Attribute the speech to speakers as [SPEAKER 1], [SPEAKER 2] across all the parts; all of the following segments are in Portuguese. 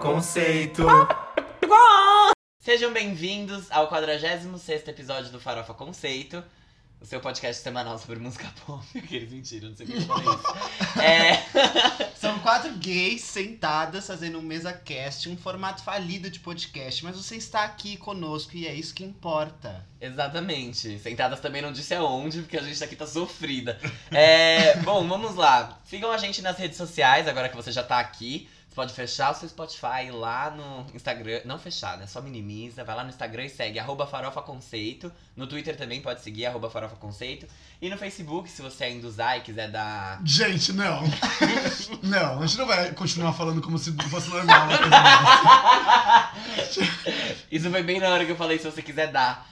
[SPEAKER 1] Conceito.
[SPEAKER 2] Sejam bem-vindos ao 46 episódio do Farofa Conceito, o seu podcast semanal sobre música pop. Aqueles mentiram, não sei o que eu falei isso. É.
[SPEAKER 3] São quatro gays sentadas fazendo um mesa cast, um formato falido de podcast, mas você está aqui conosco e é isso que importa.
[SPEAKER 2] Exatamente. Sentadas também não disse aonde, porque a gente aqui tá sofrida. É, bom, vamos lá. Sigam a gente nas redes sociais, agora que você já tá aqui. Você pode fechar o seu Spotify lá no Instagram. Não fechar, né? Só minimiza. Vai lá no Instagram e segue arroba farofa conceito. No Twitter também pode seguir arroba farofa conceito. E no Facebook, se você ainda usar e quiser dar.
[SPEAKER 4] Gente, não. não, a gente não vai continuar falando como se fosse normal. uma coisa dessa.
[SPEAKER 2] Isso foi bem na hora que eu falei, se você quiser dar.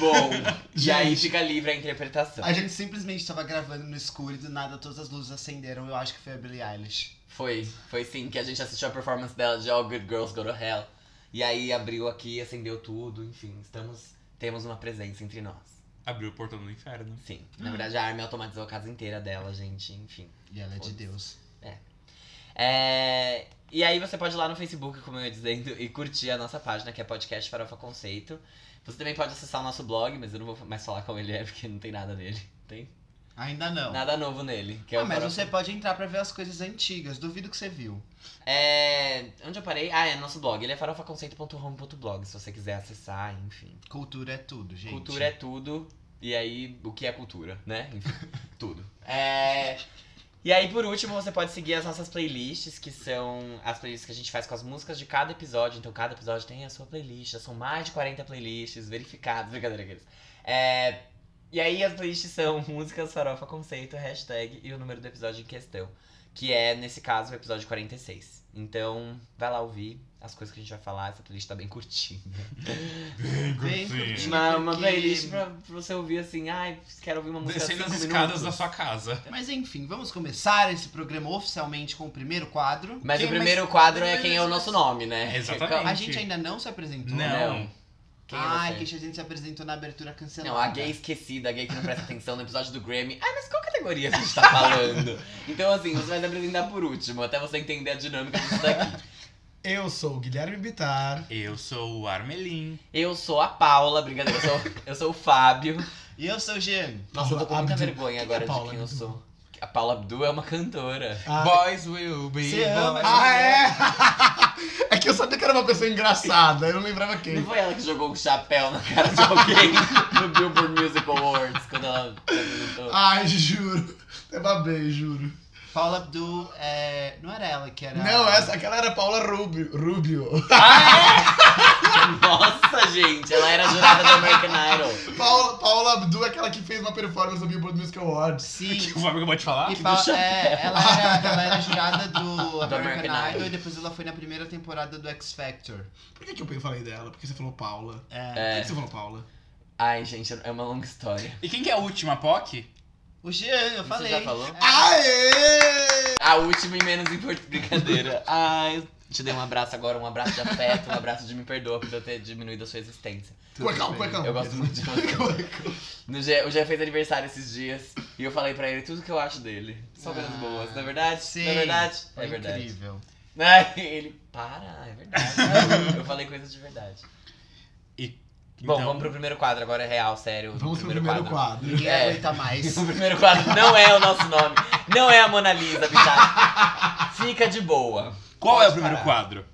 [SPEAKER 2] Bom. e aí
[SPEAKER 4] Gente.
[SPEAKER 2] fica livre a interpretação.
[SPEAKER 3] A gente simplesmente estava gravando no escuro e do nada todas as luzes acenderam. Eu acho que foi a Billie Eilish.
[SPEAKER 2] Foi, foi sim que a gente assistiu a performance dela de All Good Girls Go to Hell. E aí abriu aqui, acendeu tudo, enfim, estamos. Temos uma presença entre nós.
[SPEAKER 1] Abriu o portão do inferno.
[SPEAKER 2] Sim. Na verdade, a Armin automatizou a casa inteira dela, gente, enfim.
[SPEAKER 3] E ela é de
[SPEAKER 2] Putz.
[SPEAKER 3] Deus.
[SPEAKER 2] É, E aí você pode ir lá no Facebook, como eu ia dizendo, e curtir a nossa página, que é Podcast Farofa Conceito. Você também pode acessar o nosso blog, mas eu não vou mais falar qual ele é, porque não tem nada nele. Tem
[SPEAKER 3] Ainda não.
[SPEAKER 2] nada novo nele. Que é
[SPEAKER 3] Ah,
[SPEAKER 2] o
[SPEAKER 3] mas
[SPEAKER 2] Farofa-
[SPEAKER 3] você pode entrar pra ver as coisas antigas. Duvido que você viu.
[SPEAKER 2] É... Onde eu parei? Ah, é no nosso blog. Ele é farofaconceito.home.blog, se você quiser acessar, enfim.
[SPEAKER 3] Cultura é tudo, gente.
[SPEAKER 2] Cultura é tudo. E aí, o que é cultura, né? Enfim, tudo. É, E aí, por último, você pode seguir as nossas playlists, que são as playlists que a gente faz com as músicas de cada episódio. Então, cada episódio tem a sua playlist. Já são mais de 40 playlists verificadas. Brincadeira, aqueles. É, E aí, as playlists são músicas, farofa, conceito, hashtag e o número do episódio em questão. Que é, nesse caso, o episódio 46. Então, vai lá ouvir as coisas que a gente vai falar. Essa playlist tá bem curtinha.
[SPEAKER 3] Bem
[SPEAKER 1] Sim.
[SPEAKER 2] Uma, uma
[SPEAKER 3] Porque-
[SPEAKER 2] playlist pra, pra você ouvir assim, ai, quero ouvir uma música
[SPEAKER 1] Descendo as
[SPEAKER 2] cinco
[SPEAKER 1] escadas
[SPEAKER 2] minutos.
[SPEAKER 1] da sua casa.
[SPEAKER 3] Mas enfim, vamos começar esse programa oficialmente com o primeiro quadro.
[SPEAKER 2] Mas
[SPEAKER 3] Quem-
[SPEAKER 2] o primeiro quadro é
[SPEAKER 3] mas-
[SPEAKER 2] quem é o nosso nome, né?
[SPEAKER 1] Exatamente.
[SPEAKER 3] A gente ainda não se apresentou. né?
[SPEAKER 1] Não.
[SPEAKER 2] Não. Quem é
[SPEAKER 3] Ai,
[SPEAKER 2] você?
[SPEAKER 3] que a gente se apresentou na abertura cancelada.
[SPEAKER 2] Não, a gay esquecida, a gay que não presta atenção no episódio do Grammy. Ai, mas qual categoria a gente tá falando? então, assim, você vai se apresentar por último, até você entender a dinâmica disso daqui.
[SPEAKER 4] Eu sou o Guilherme Bittar.
[SPEAKER 1] Eu sou o Armelin.
[SPEAKER 2] Eu sou a Paula, brincadeira, eu sou, eu sou o Fábio.
[SPEAKER 3] E eu sou o Jean.
[SPEAKER 2] Nossa, eu tô com
[SPEAKER 4] Paula
[SPEAKER 2] muita
[SPEAKER 4] Abdul.
[SPEAKER 2] vergonha
[SPEAKER 4] Quem é
[SPEAKER 2] agora de
[SPEAKER 4] Paula
[SPEAKER 2] quem eu
[SPEAKER 4] Abdul?
[SPEAKER 2] sou. A Paula Abdul é uma cantora.
[SPEAKER 4] Ah,
[SPEAKER 1] Boys will be.
[SPEAKER 3] Você ama,
[SPEAKER 1] boys.
[SPEAKER 4] ah, é? É que eu sabia que era uma pessoa engraçada, eu não lembrava
[SPEAKER 2] Não
[SPEAKER 4] quem.
[SPEAKER 2] foi ela que jogou um chapéu na cara de alguém no Billboard Music Awards quando ela se apresentou?
[SPEAKER 4] Ai, juro. Até babei, juro.
[SPEAKER 3] Paula Abdul, é... não era ela que era.
[SPEAKER 4] Não, essa, aquela era Paula Rubio. Rubio.
[SPEAKER 3] Ah,
[SPEAKER 2] Nossa, gente, ela era jurada do American Idol.
[SPEAKER 4] Paula, Paula Abdul é aquela que fez uma performance no Billboard Music Awards.
[SPEAKER 3] Sim.
[SPEAKER 1] O Fábio acabou de falar?
[SPEAKER 3] E Paula- é, ela, era, ela era jurada do
[SPEAKER 2] American
[SPEAKER 3] American
[SPEAKER 2] Idol.
[SPEAKER 3] Idol e depois ela foi na primeira temporada do X Factor.
[SPEAKER 4] Por que, que eu falei dela? Porque você falou Paula.
[SPEAKER 3] É.
[SPEAKER 4] Por que
[SPEAKER 2] É.
[SPEAKER 4] que você falou Paula?
[SPEAKER 2] Ai, gente, é uma longa história.
[SPEAKER 1] E quem que é a última, a POC?
[SPEAKER 3] O Jean, eu
[SPEAKER 2] Você
[SPEAKER 3] falei.
[SPEAKER 2] já falou?
[SPEAKER 3] É.
[SPEAKER 4] Aê!
[SPEAKER 2] A última e menos importante brincadeira. Ai, eu te dei um abraço agora, um abraço de afeto, um abraço de me perdoa por eu ter diminuído a sua existência.
[SPEAKER 4] Cuecão, cuecão.
[SPEAKER 2] Eu gosto muito de você. No Gé- o Gé fez aniversário esses dias e eu falei pra ele tudo que eu acho dele. Só coisas
[SPEAKER 3] Ah,
[SPEAKER 2] boas, não é verdade?
[SPEAKER 3] sim.
[SPEAKER 2] Não é verdade?
[SPEAKER 3] Foi
[SPEAKER 2] é verdade.
[SPEAKER 3] incrível.
[SPEAKER 2] Ai, ele, para, é verdade. eu falei coisas de verdade. Bom,
[SPEAKER 1] Então,
[SPEAKER 2] vamos pro primeiro quadro, agora é real, sério.
[SPEAKER 4] Vamos pro primeiro quadro.
[SPEAKER 3] Ninguém
[SPEAKER 2] É.
[SPEAKER 3] aguenta mais.
[SPEAKER 2] O primeiro quadro não é o nosso nome, não é a Mona Lisa, Bichara. Fica de boa.
[SPEAKER 1] Qual é o
[SPEAKER 2] Pode
[SPEAKER 1] primeiro
[SPEAKER 2] parar.
[SPEAKER 1] quadro?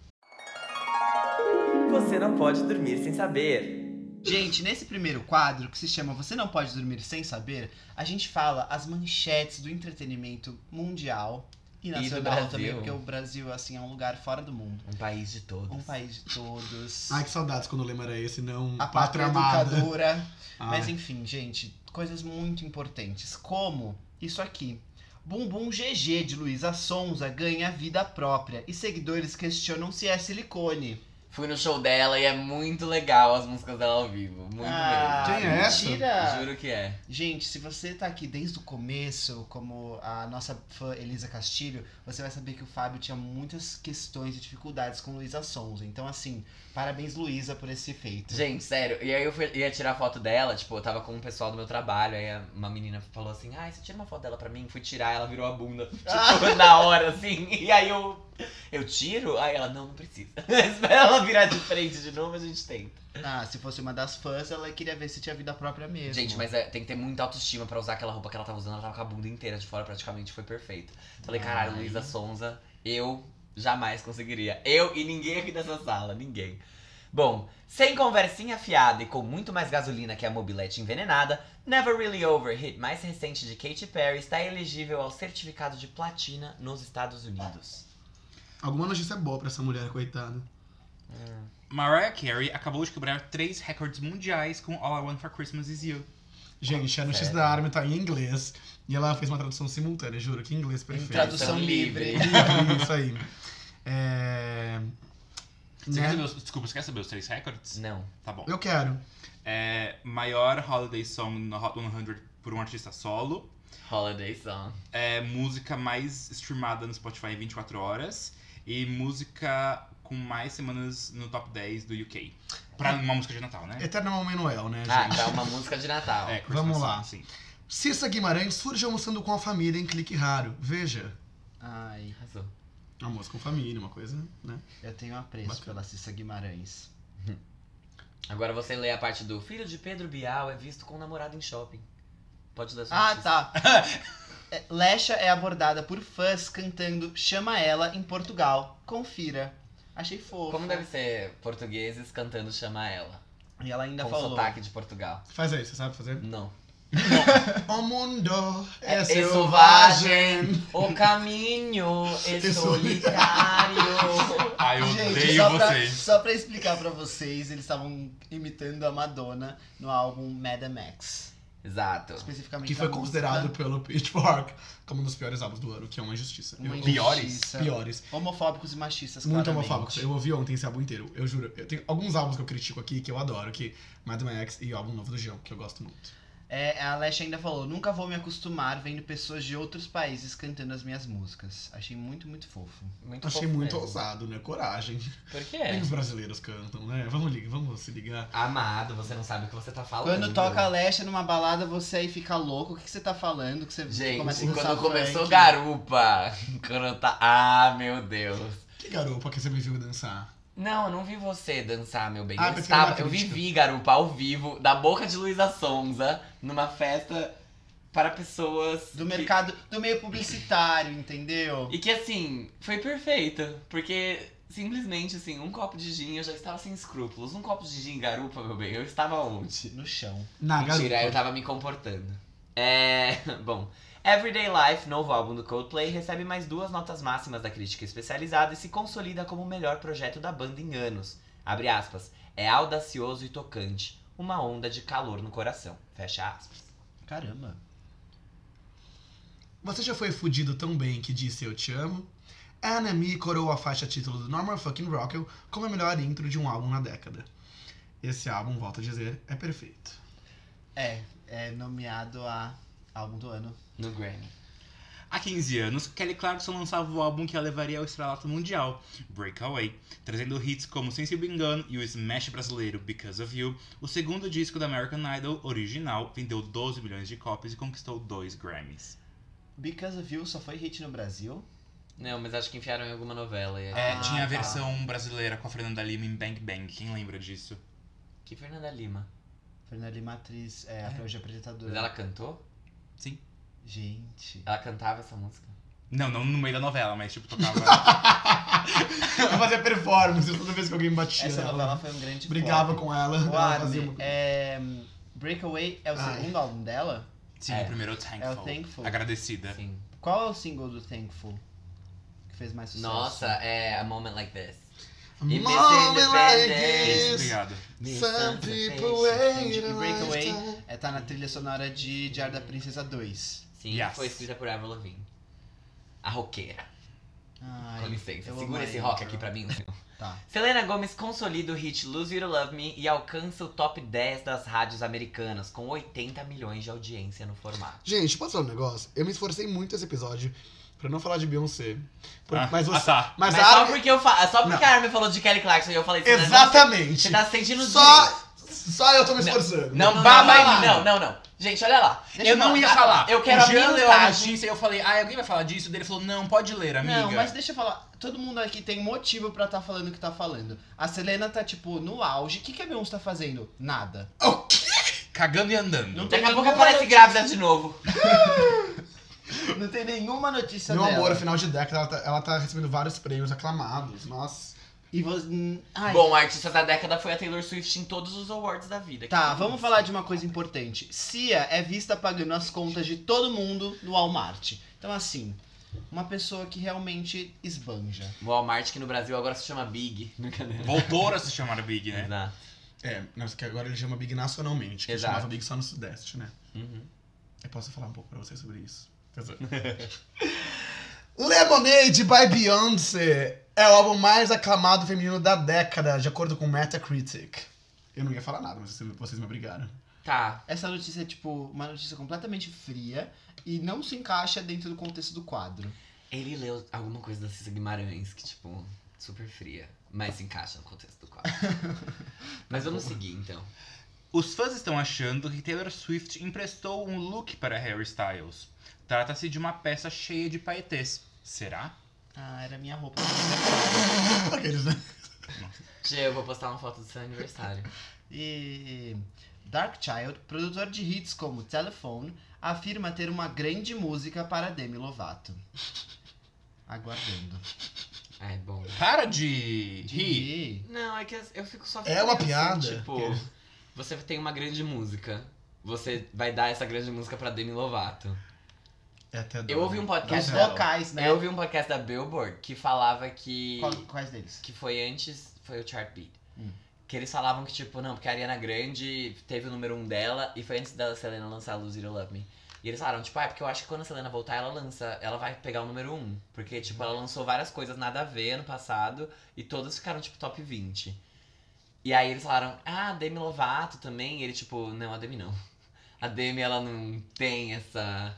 [SPEAKER 2] Você não pode dormir sem saber.
[SPEAKER 3] Gente, nesse primeiro quadro, que se chama Você Não Pode Dormir Sem Saber, a gente fala as manchetes do entretenimento mundial e nacional
[SPEAKER 2] Brasil.
[SPEAKER 3] também, porque o Brasil, assim, é um lugar fora do mundo.
[SPEAKER 2] Um país de todos.
[SPEAKER 3] Um país de todos.
[SPEAKER 4] Ai, que saudades quando o lema era esse, não
[SPEAKER 3] a pátria
[SPEAKER 4] pátria amada.
[SPEAKER 3] educadora. Mas
[SPEAKER 4] Ai.
[SPEAKER 3] enfim, gente, coisas muito importantes. Como isso aqui. Bumbum GG de Luísa Sonza ganha vida própria e seguidores questionam se é silicone.
[SPEAKER 2] Fui no show dela e é muito legal as músicas dela ao vivo. Muito
[SPEAKER 3] Ah,
[SPEAKER 4] Quem é essa?
[SPEAKER 3] mentira.
[SPEAKER 2] mesmo. Juro que é.
[SPEAKER 3] Gente, se você tá aqui desde o começo, como a nossa fã Elisa Castilho, você vai saber que o Fábio tinha muitas questões e dificuldades com Luísa Sonza. Então, assim, parabéns, Luísa, por esse feito.
[SPEAKER 2] Gente, sério, e aí eu fui- ia tirar foto dela, tipo, eu tava com um pessoal do meu trabalho, aí a- uma menina falou assim, ai, você tira uma foto dela pra mim? Fui tirar, ela virou a bunda, tipo, na hora, assim, e aí eu Eu tiro? Aí ela, não, não precisa. Espera ela virar de frente de novo, a gente tenta.
[SPEAKER 3] Ah, se fosse uma das fãs, ela queria ver se tinha vida própria mesmo.
[SPEAKER 2] Gente, mas é, tem que ter muita autoestima pra usar aquela roupa que ela tava usando. Ela tava com a bunda inteira de fora, praticamente foi perfeito. Falei, caralho,
[SPEAKER 3] Ai.
[SPEAKER 2] Luísa Sonza, eu jamais conseguiria. Eu e ninguém aqui nessa sala, ninguém. Bom, sem conversinha fiada e com muito mais gasolina que a mobilete envenenada, Never Really Over, hit mais recente de Katy Perry, está elegível ao certificado de platina nos Estados Unidos.
[SPEAKER 4] Alguma notícia é boa pra essa mulher, coitada.
[SPEAKER 1] Mariah Carey acabou de quebrar três recordes mundiais com All I Want for Christmas Is You.
[SPEAKER 4] Gente, a notícia
[SPEAKER 2] Sério?
[SPEAKER 4] da Armin tá em inglês e ela fez uma tradução simultânea, juro, que inglês perfeito.
[SPEAKER 3] tradução livre.
[SPEAKER 4] Livre, Isso aí. É...
[SPEAKER 1] Você quer
[SPEAKER 4] né?
[SPEAKER 1] saber os, desculpa, você quer saber os três recordes?
[SPEAKER 2] Não.
[SPEAKER 1] Tá bom.
[SPEAKER 4] Eu quero.
[SPEAKER 1] É, maior holiday song no Hot 100 por um artista solo.
[SPEAKER 2] Holiday Song.
[SPEAKER 1] é, música mais streamada no Spotify em 24 horas e música com mais semanas no top 10 do UK.
[SPEAKER 4] É.
[SPEAKER 1] Pra uma música de Natal, né?
[SPEAKER 4] Eterno Manuel, né, gente?
[SPEAKER 2] Ah, tá uma música de Natal.
[SPEAKER 1] É, Christmas
[SPEAKER 4] vamos lá.
[SPEAKER 1] song, Sim.
[SPEAKER 4] Cissa Guimarães surge almoçando com a família em clique raro. Veja.
[SPEAKER 3] Ai,
[SPEAKER 2] Arrasou.
[SPEAKER 4] Almoço com família, uma coisa, né?
[SPEAKER 3] eu tenho apreço
[SPEAKER 4] Bacana.
[SPEAKER 3] pela Cissa Guimarães.
[SPEAKER 2] Agora você lê a parte do filho de Pedro Bial é visto com o namorado em shopping. Pode ler sua
[SPEAKER 3] Ah,
[SPEAKER 2] notícia.
[SPEAKER 3] tá. É, Lesha é abordada por fãs cantando Chama Ela em Portugal. Confira. Achei fofo.
[SPEAKER 2] Como deve ser portugueses cantando Chama Ela?
[SPEAKER 3] E ela ainda
[SPEAKER 2] com
[SPEAKER 3] falou.
[SPEAKER 2] sotaque de Portugal.
[SPEAKER 4] Faz aí, você sabe fazer?
[SPEAKER 2] Não.
[SPEAKER 4] O mundo é,
[SPEAKER 2] É
[SPEAKER 4] selvagem.
[SPEAKER 2] O caminho é
[SPEAKER 4] Eu sou-
[SPEAKER 2] solitário.
[SPEAKER 4] Ah,
[SPEAKER 1] Ai, eu
[SPEAKER 3] Gente,
[SPEAKER 1] odeio
[SPEAKER 3] só pra,
[SPEAKER 1] vocês.
[SPEAKER 3] só pra explicar pra vocês, eles estavam imitando a Madonna no álbum Mad Max.
[SPEAKER 2] Exato.
[SPEAKER 3] Especificamente
[SPEAKER 4] Que foi
[SPEAKER 3] a música
[SPEAKER 4] considerado pelo Pitchfork como um dos piores álbuns do ano, que é uma injustiça.
[SPEAKER 3] Uma
[SPEAKER 4] Eu-
[SPEAKER 1] Piores?
[SPEAKER 3] injustiça.
[SPEAKER 4] Piores.
[SPEAKER 3] Homofóbicos e machistas,
[SPEAKER 4] Muito
[SPEAKER 3] claramente.
[SPEAKER 4] homofóbicos. Eu ouvi ontem esse álbum inteiro, eu juro. Eu tenho alguns álbuns que eu critico aqui, que eu adoro, que Mad Max e o álbum novo do Jean, que eu gosto muito.
[SPEAKER 3] É, a Lesha ainda falou, nunca vou me acostumar vendo pessoas de outros países cantando as minhas músicas. Achei muito, muito fofo.
[SPEAKER 2] Muito
[SPEAKER 4] Achei
[SPEAKER 2] fofo
[SPEAKER 4] muito É.
[SPEAKER 2] mesmo.
[SPEAKER 4] ousado, né? Coragem.
[SPEAKER 2] Por quê?
[SPEAKER 4] Nem os brasileiros cantam, né? Vamos, ligar, vamos se ligar.
[SPEAKER 2] Amado, você não sabe o que você tá falando.
[SPEAKER 3] Quando toca a Lesha numa balada, você aí fica louco. O que que você tá falando? Que você
[SPEAKER 2] Gente,
[SPEAKER 3] começa a
[SPEAKER 2] quando
[SPEAKER 3] dançar
[SPEAKER 2] começou
[SPEAKER 3] funk.
[SPEAKER 2] garupa. Quando tá. Ah, meu Deus.
[SPEAKER 4] Que garopa que você me viu dançar?
[SPEAKER 2] Não, eu não vi você dançar, meu bem. eu
[SPEAKER 4] Ah, pensei
[SPEAKER 2] estava,
[SPEAKER 4] numa
[SPEAKER 2] eu
[SPEAKER 4] crítica.
[SPEAKER 2] vivi garupa ao vivo, da boca de Luísa Sonza, numa festa para pessoas.
[SPEAKER 3] Do
[SPEAKER 2] que-
[SPEAKER 3] mercado, do meio publicitário, entendeu?
[SPEAKER 2] E que assim, foi perfeita. Porque simplesmente, assim, um copo de gin eu já estava sem escrúpulos. Um copo de gin garupa, meu bem, eu estava onde?
[SPEAKER 3] No chão.
[SPEAKER 1] Ah,
[SPEAKER 4] Na
[SPEAKER 2] Mentira, eu
[SPEAKER 4] garupa.
[SPEAKER 2] tava me comportando. É. Bom. Everyday Life, novo álbum do Coldplay, recebe mais duas notas máximas da crítica especializada e se consolida como o melhor projeto da banda em anos. Abre aspas. É audacioso e tocante. Uma onda de calor no coração. Fecha aspas.
[SPEAKER 3] Caramba.
[SPEAKER 4] Você já foi fudido tão bem que disse eu te amo? Enemy coroa a faixa título do Norman Fucking Rockwell como a melhor intro de um álbum na década. Esse álbum, volto a dizer, é perfeito.
[SPEAKER 3] É, é nomeado a álbum do ano.
[SPEAKER 2] No Grammy.
[SPEAKER 1] Há 15 anos, Kelly Clarkson lançava o álbum que a levaria ao estrelato mundial, Breakaway, trazendo hits como Sem Se Bingando e o smash brasileiro Because of You. O segundo disco da American Idol, original, vendeu 12 milhões de cópias e conquistou dois Grammys.
[SPEAKER 3] Because of You só foi hit no Brasil.
[SPEAKER 2] Não, mas acho que enfiaram em alguma novela. e-
[SPEAKER 1] É,
[SPEAKER 3] Ah,
[SPEAKER 1] tinha a
[SPEAKER 3] tá.
[SPEAKER 1] versão brasileira com a Fernanda Lima em Bang Bang, quem lembra disso?
[SPEAKER 2] Que Fernanda Lima.
[SPEAKER 3] Fernanda Lima, atriz, é,
[SPEAKER 1] É.
[SPEAKER 3] a hoje apresentadora.
[SPEAKER 2] Mas ela cantou?
[SPEAKER 3] Gente.
[SPEAKER 2] Ela cantava essa música?
[SPEAKER 1] Não, não no meio da novela, mas tipo, tocava.
[SPEAKER 4] Ela fazia performance toda vez que alguém batia
[SPEAKER 3] Essa
[SPEAKER 4] nela.
[SPEAKER 2] né?
[SPEAKER 3] novela foi um grande
[SPEAKER 4] Brigava
[SPEAKER 3] flop.
[SPEAKER 4] com ela.
[SPEAKER 3] O
[SPEAKER 4] ela fazia
[SPEAKER 3] Armin,
[SPEAKER 4] uma... Ah,
[SPEAKER 3] é, Breakaway é o
[SPEAKER 4] Ai.
[SPEAKER 3] segundo álbum dela?
[SPEAKER 1] Sim,
[SPEAKER 2] É.
[SPEAKER 1] o primeiro
[SPEAKER 3] É
[SPEAKER 1] Thankful.
[SPEAKER 3] o Thankful.
[SPEAKER 1] Agradecida.
[SPEAKER 2] Sim.
[SPEAKER 3] Qual é o single do Thankful? Que fez mais sucesso?
[SPEAKER 2] Nossa, é A Moment Like This.
[SPEAKER 4] Moment
[SPEAKER 2] Independence.
[SPEAKER 4] like
[SPEAKER 1] Isso,
[SPEAKER 4] this.
[SPEAKER 1] obrigado.
[SPEAKER 4] Some people
[SPEAKER 3] Gente,
[SPEAKER 4] wait
[SPEAKER 3] e
[SPEAKER 4] a
[SPEAKER 3] Breakaway
[SPEAKER 4] lifetime.
[SPEAKER 3] é, tá na trilha sonora de Diário da Princesa 2.
[SPEAKER 2] Sim,
[SPEAKER 1] Yes.
[SPEAKER 2] foi escrita por Avril Lavigne. A roqueira.
[SPEAKER 3] Ai,
[SPEAKER 2] Com licença,
[SPEAKER 3] eu
[SPEAKER 2] segura
[SPEAKER 3] amo
[SPEAKER 2] esse
[SPEAKER 3] a
[SPEAKER 2] rock
[SPEAKER 3] Angel.
[SPEAKER 2] aqui pra mim. né?
[SPEAKER 3] Tá.
[SPEAKER 2] Selena Gomes consolida o hit Lose You to Love Me e alcança o top 10 das rádios americanas, com 80 milhões de audiência no formato.
[SPEAKER 4] Gente, posso falar um negócio? Eu me esforcei muito esse episódio pra não falar de Beyoncé. Por-
[SPEAKER 1] Ah,
[SPEAKER 4] mas
[SPEAKER 1] ah,
[SPEAKER 4] você.
[SPEAKER 1] tá.
[SPEAKER 4] Mas, a
[SPEAKER 2] só
[SPEAKER 4] Armin-
[SPEAKER 2] porque, eu fa... só porque
[SPEAKER 4] Não.
[SPEAKER 3] né?
[SPEAKER 2] a Armin falou de Kelly Clarkson e eu falei Selena, você
[SPEAKER 4] Exatamente.
[SPEAKER 2] tá se sentindo
[SPEAKER 4] Só-
[SPEAKER 2] direito.
[SPEAKER 4] Só eu tô me esforçando.
[SPEAKER 2] Não,
[SPEAKER 1] Não,
[SPEAKER 2] baba
[SPEAKER 1] não,
[SPEAKER 2] em mim,
[SPEAKER 1] não.
[SPEAKER 2] não, não, não. Gente, olha lá.
[SPEAKER 1] eu não ia falar.
[SPEAKER 2] Eu quero
[SPEAKER 1] o
[SPEAKER 2] a
[SPEAKER 1] Jean
[SPEAKER 2] minha
[SPEAKER 1] leu a
[SPEAKER 2] listagem.
[SPEAKER 1] notícia e eu falei, ah, alguém vai falar disso? Daí Ele falou, não, pode ler, amiga.
[SPEAKER 3] Não, mas deixa eu falar. Todo mundo aqui tem motivo pra tá falando o que tá falando. A Selena tá, tipo, no auge. O que, que a Beyoncé tá fazendo? Nada.
[SPEAKER 1] Cagando e andando.
[SPEAKER 3] Não
[SPEAKER 2] Daqui a
[SPEAKER 3] tem
[SPEAKER 2] pouco
[SPEAKER 3] nenhuma
[SPEAKER 2] aparece grávida de novo.
[SPEAKER 3] Não tem nenhuma notícia
[SPEAKER 4] Meu
[SPEAKER 3] dela.
[SPEAKER 4] amor, final de década, ela tá, ela tá recebendo vários prêmios aclamados. Nossa.
[SPEAKER 3] E você... Ai,
[SPEAKER 2] Bom, a artista da década foi a Taylor Swift em todos os awards da vida.
[SPEAKER 3] Tá, vamos falar de uma coisa importante. Cia é vista pagando as contas de todo mundo no Walmart. Então, assim, uma pessoa que realmente esbanja.
[SPEAKER 2] Walmart, que no Brasil agora se chama Big. Brincadeira.
[SPEAKER 1] Voltou a se chamar Big, né?
[SPEAKER 2] Exato.
[SPEAKER 4] É, não, que agora ele chama Big nacionalmente. Que ele
[SPEAKER 2] Exato.
[SPEAKER 4] chamava Big só no Sudeste, né?
[SPEAKER 2] Uhum.
[SPEAKER 4] Eu posso falar um pouco pra vocês sobre isso. Quer dizer- Lemonade by Beyoncé é o álbum mais aclamado feminino da década, de acordo com Metacritic. Eu não ia falar nada, mas vocês- vocês me obrigaram.
[SPEAKER 2] Tá.
[SPEAKER 3] Essa notícia é, tipo, uma notícia completamente fria e não se encaixa dentro do contexto do quadro.
[SPEAKER 2] Ele leu alguma coisa da Cissa Guimarães, que, tipo, super fria. Mas se encaixa no contexto do quadro. mas vamos seguir, então.
[SPEAKER 1] Os fãs estão achando que Taylor Swift emprestou um look para Harry Styles. Trata-se de uma peça cheia de paetês. Será?
[SPEAKER 3] Ah, era minha roupa.
[SPEAKER 4] Aqueles, né?
[SPEAKER 2] Gê, eu vou postar uma foto do seu aniversário.
[SPEAKER 3] E Dark Child, produtor de hits como Telephone, afirma ter uma grande música para Demi Lovato. Aguardando.
[SPEAKER 2] Ai, bom.
[SPEAKER 1] Para de rir.
[SPEAKER 3] E
[SPEAKER 2] Não, é que as- eu fico só
[SPEAKER 4] É uma
[SPEAKER 2] assim,
[SPEAKER 4] piada?
[SPEAKER 2] tipo, você tem uma grande música. Você vai dar essa grande música pra Demi Lovato.
[SPEAKER 4] É até
[SPEAKER 2] Eu ouvi um
[SPEAKER 3] os
[SPEAKER 2] podcast. dela.
[SPEAKER 3] vocais, né?
[SPEAKER 2] Eu ouvi um podcast da Billboard que falava que.
[SPEAKER 3] Qual- quais deles?
[SPEAKER 2] Que foi antes. Foi o Chart Beat.
[SPEAKER 3] Hum.
[SPEAKER 2] Que eles falavam que, tipo, não, porque a Ariana Grande teve o número um dela e foi antes da Selena lançar a Lose It or Love Me. E eles falaram, tipo, ah, é porque eu acho que quando a Selena voltar, ela lança, ela vai pegar o número um. Porque, tipo, ela lançou várias coisas nada a ver ano passado e todas ficaram, tipo, top 20. E aí eles falaram, ah, a Demi Lovato também. E ele, tipo, não, a Demi não. A Demi, ela não tem essa.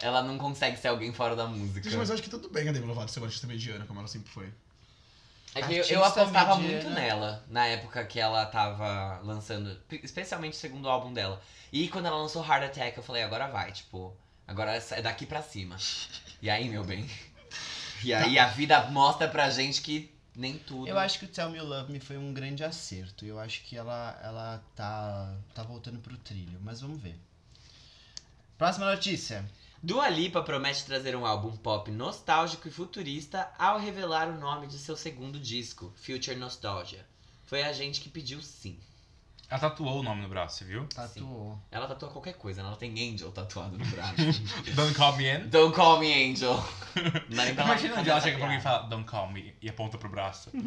[SPEAKER 2] Ela não consegue ser alguém fora da música.
[SPEAKER 4] Gente, né? mas eu acho que tudo bem a Demi Lovato ser uma artista mediana, como ela sempre foi.
[SPEAKER 2] É que eu, eu
[SPEAKER 3] Artista
[SPEAKER 2] apostava
[SPEAKER 3] mediana.
[SPEAKER 2] muito nela na época que ela tava lançando, pri- especialmente o segundo álbum dela. E quando ela lançou Heart Attack, eu falei, agora vai, tipo, agora é daqui pra cima. E aí, meu bem. E aí a vida mostra pra gente que nem tudo.
[SPEAKER 3] Eu acho que o Tell Me You Love Me foi um grande acerto. Eu acho que ela, ela tá, tá voltando pro trilho, mas vamos ver. Próxima notícia.
[SPEAKER 2] Dua Lipa promete trazer um álbum pop nostálgico e futurista ao revelar o nome de seu segundo disco, Future Nostalgia. Foi a gente que pediu sim.
[SPEAKER 1] Ela tatuou o nome no braço, você viu?
[SPEAKER 3] Tá Tatuou.
[SPEAKER 2] Ela tatua qualquer coisa, né? ela tem Angel tatuado no braço.
[SPEAKER 1] Don't call me in.
[SPEAKER 2] Don't call me Angel. Não dá nem pra
[SPEAKER 1] Imagina onde
[SPEAKER 2] fazer
[SPEAKER 1] ela
[SPEAKER 2] essa
[SPEAKER 1] chega pra alguém
[SPEAKER 2] piada.
[SPEAKER 1] e fala, don't call me, e aponta pro braço.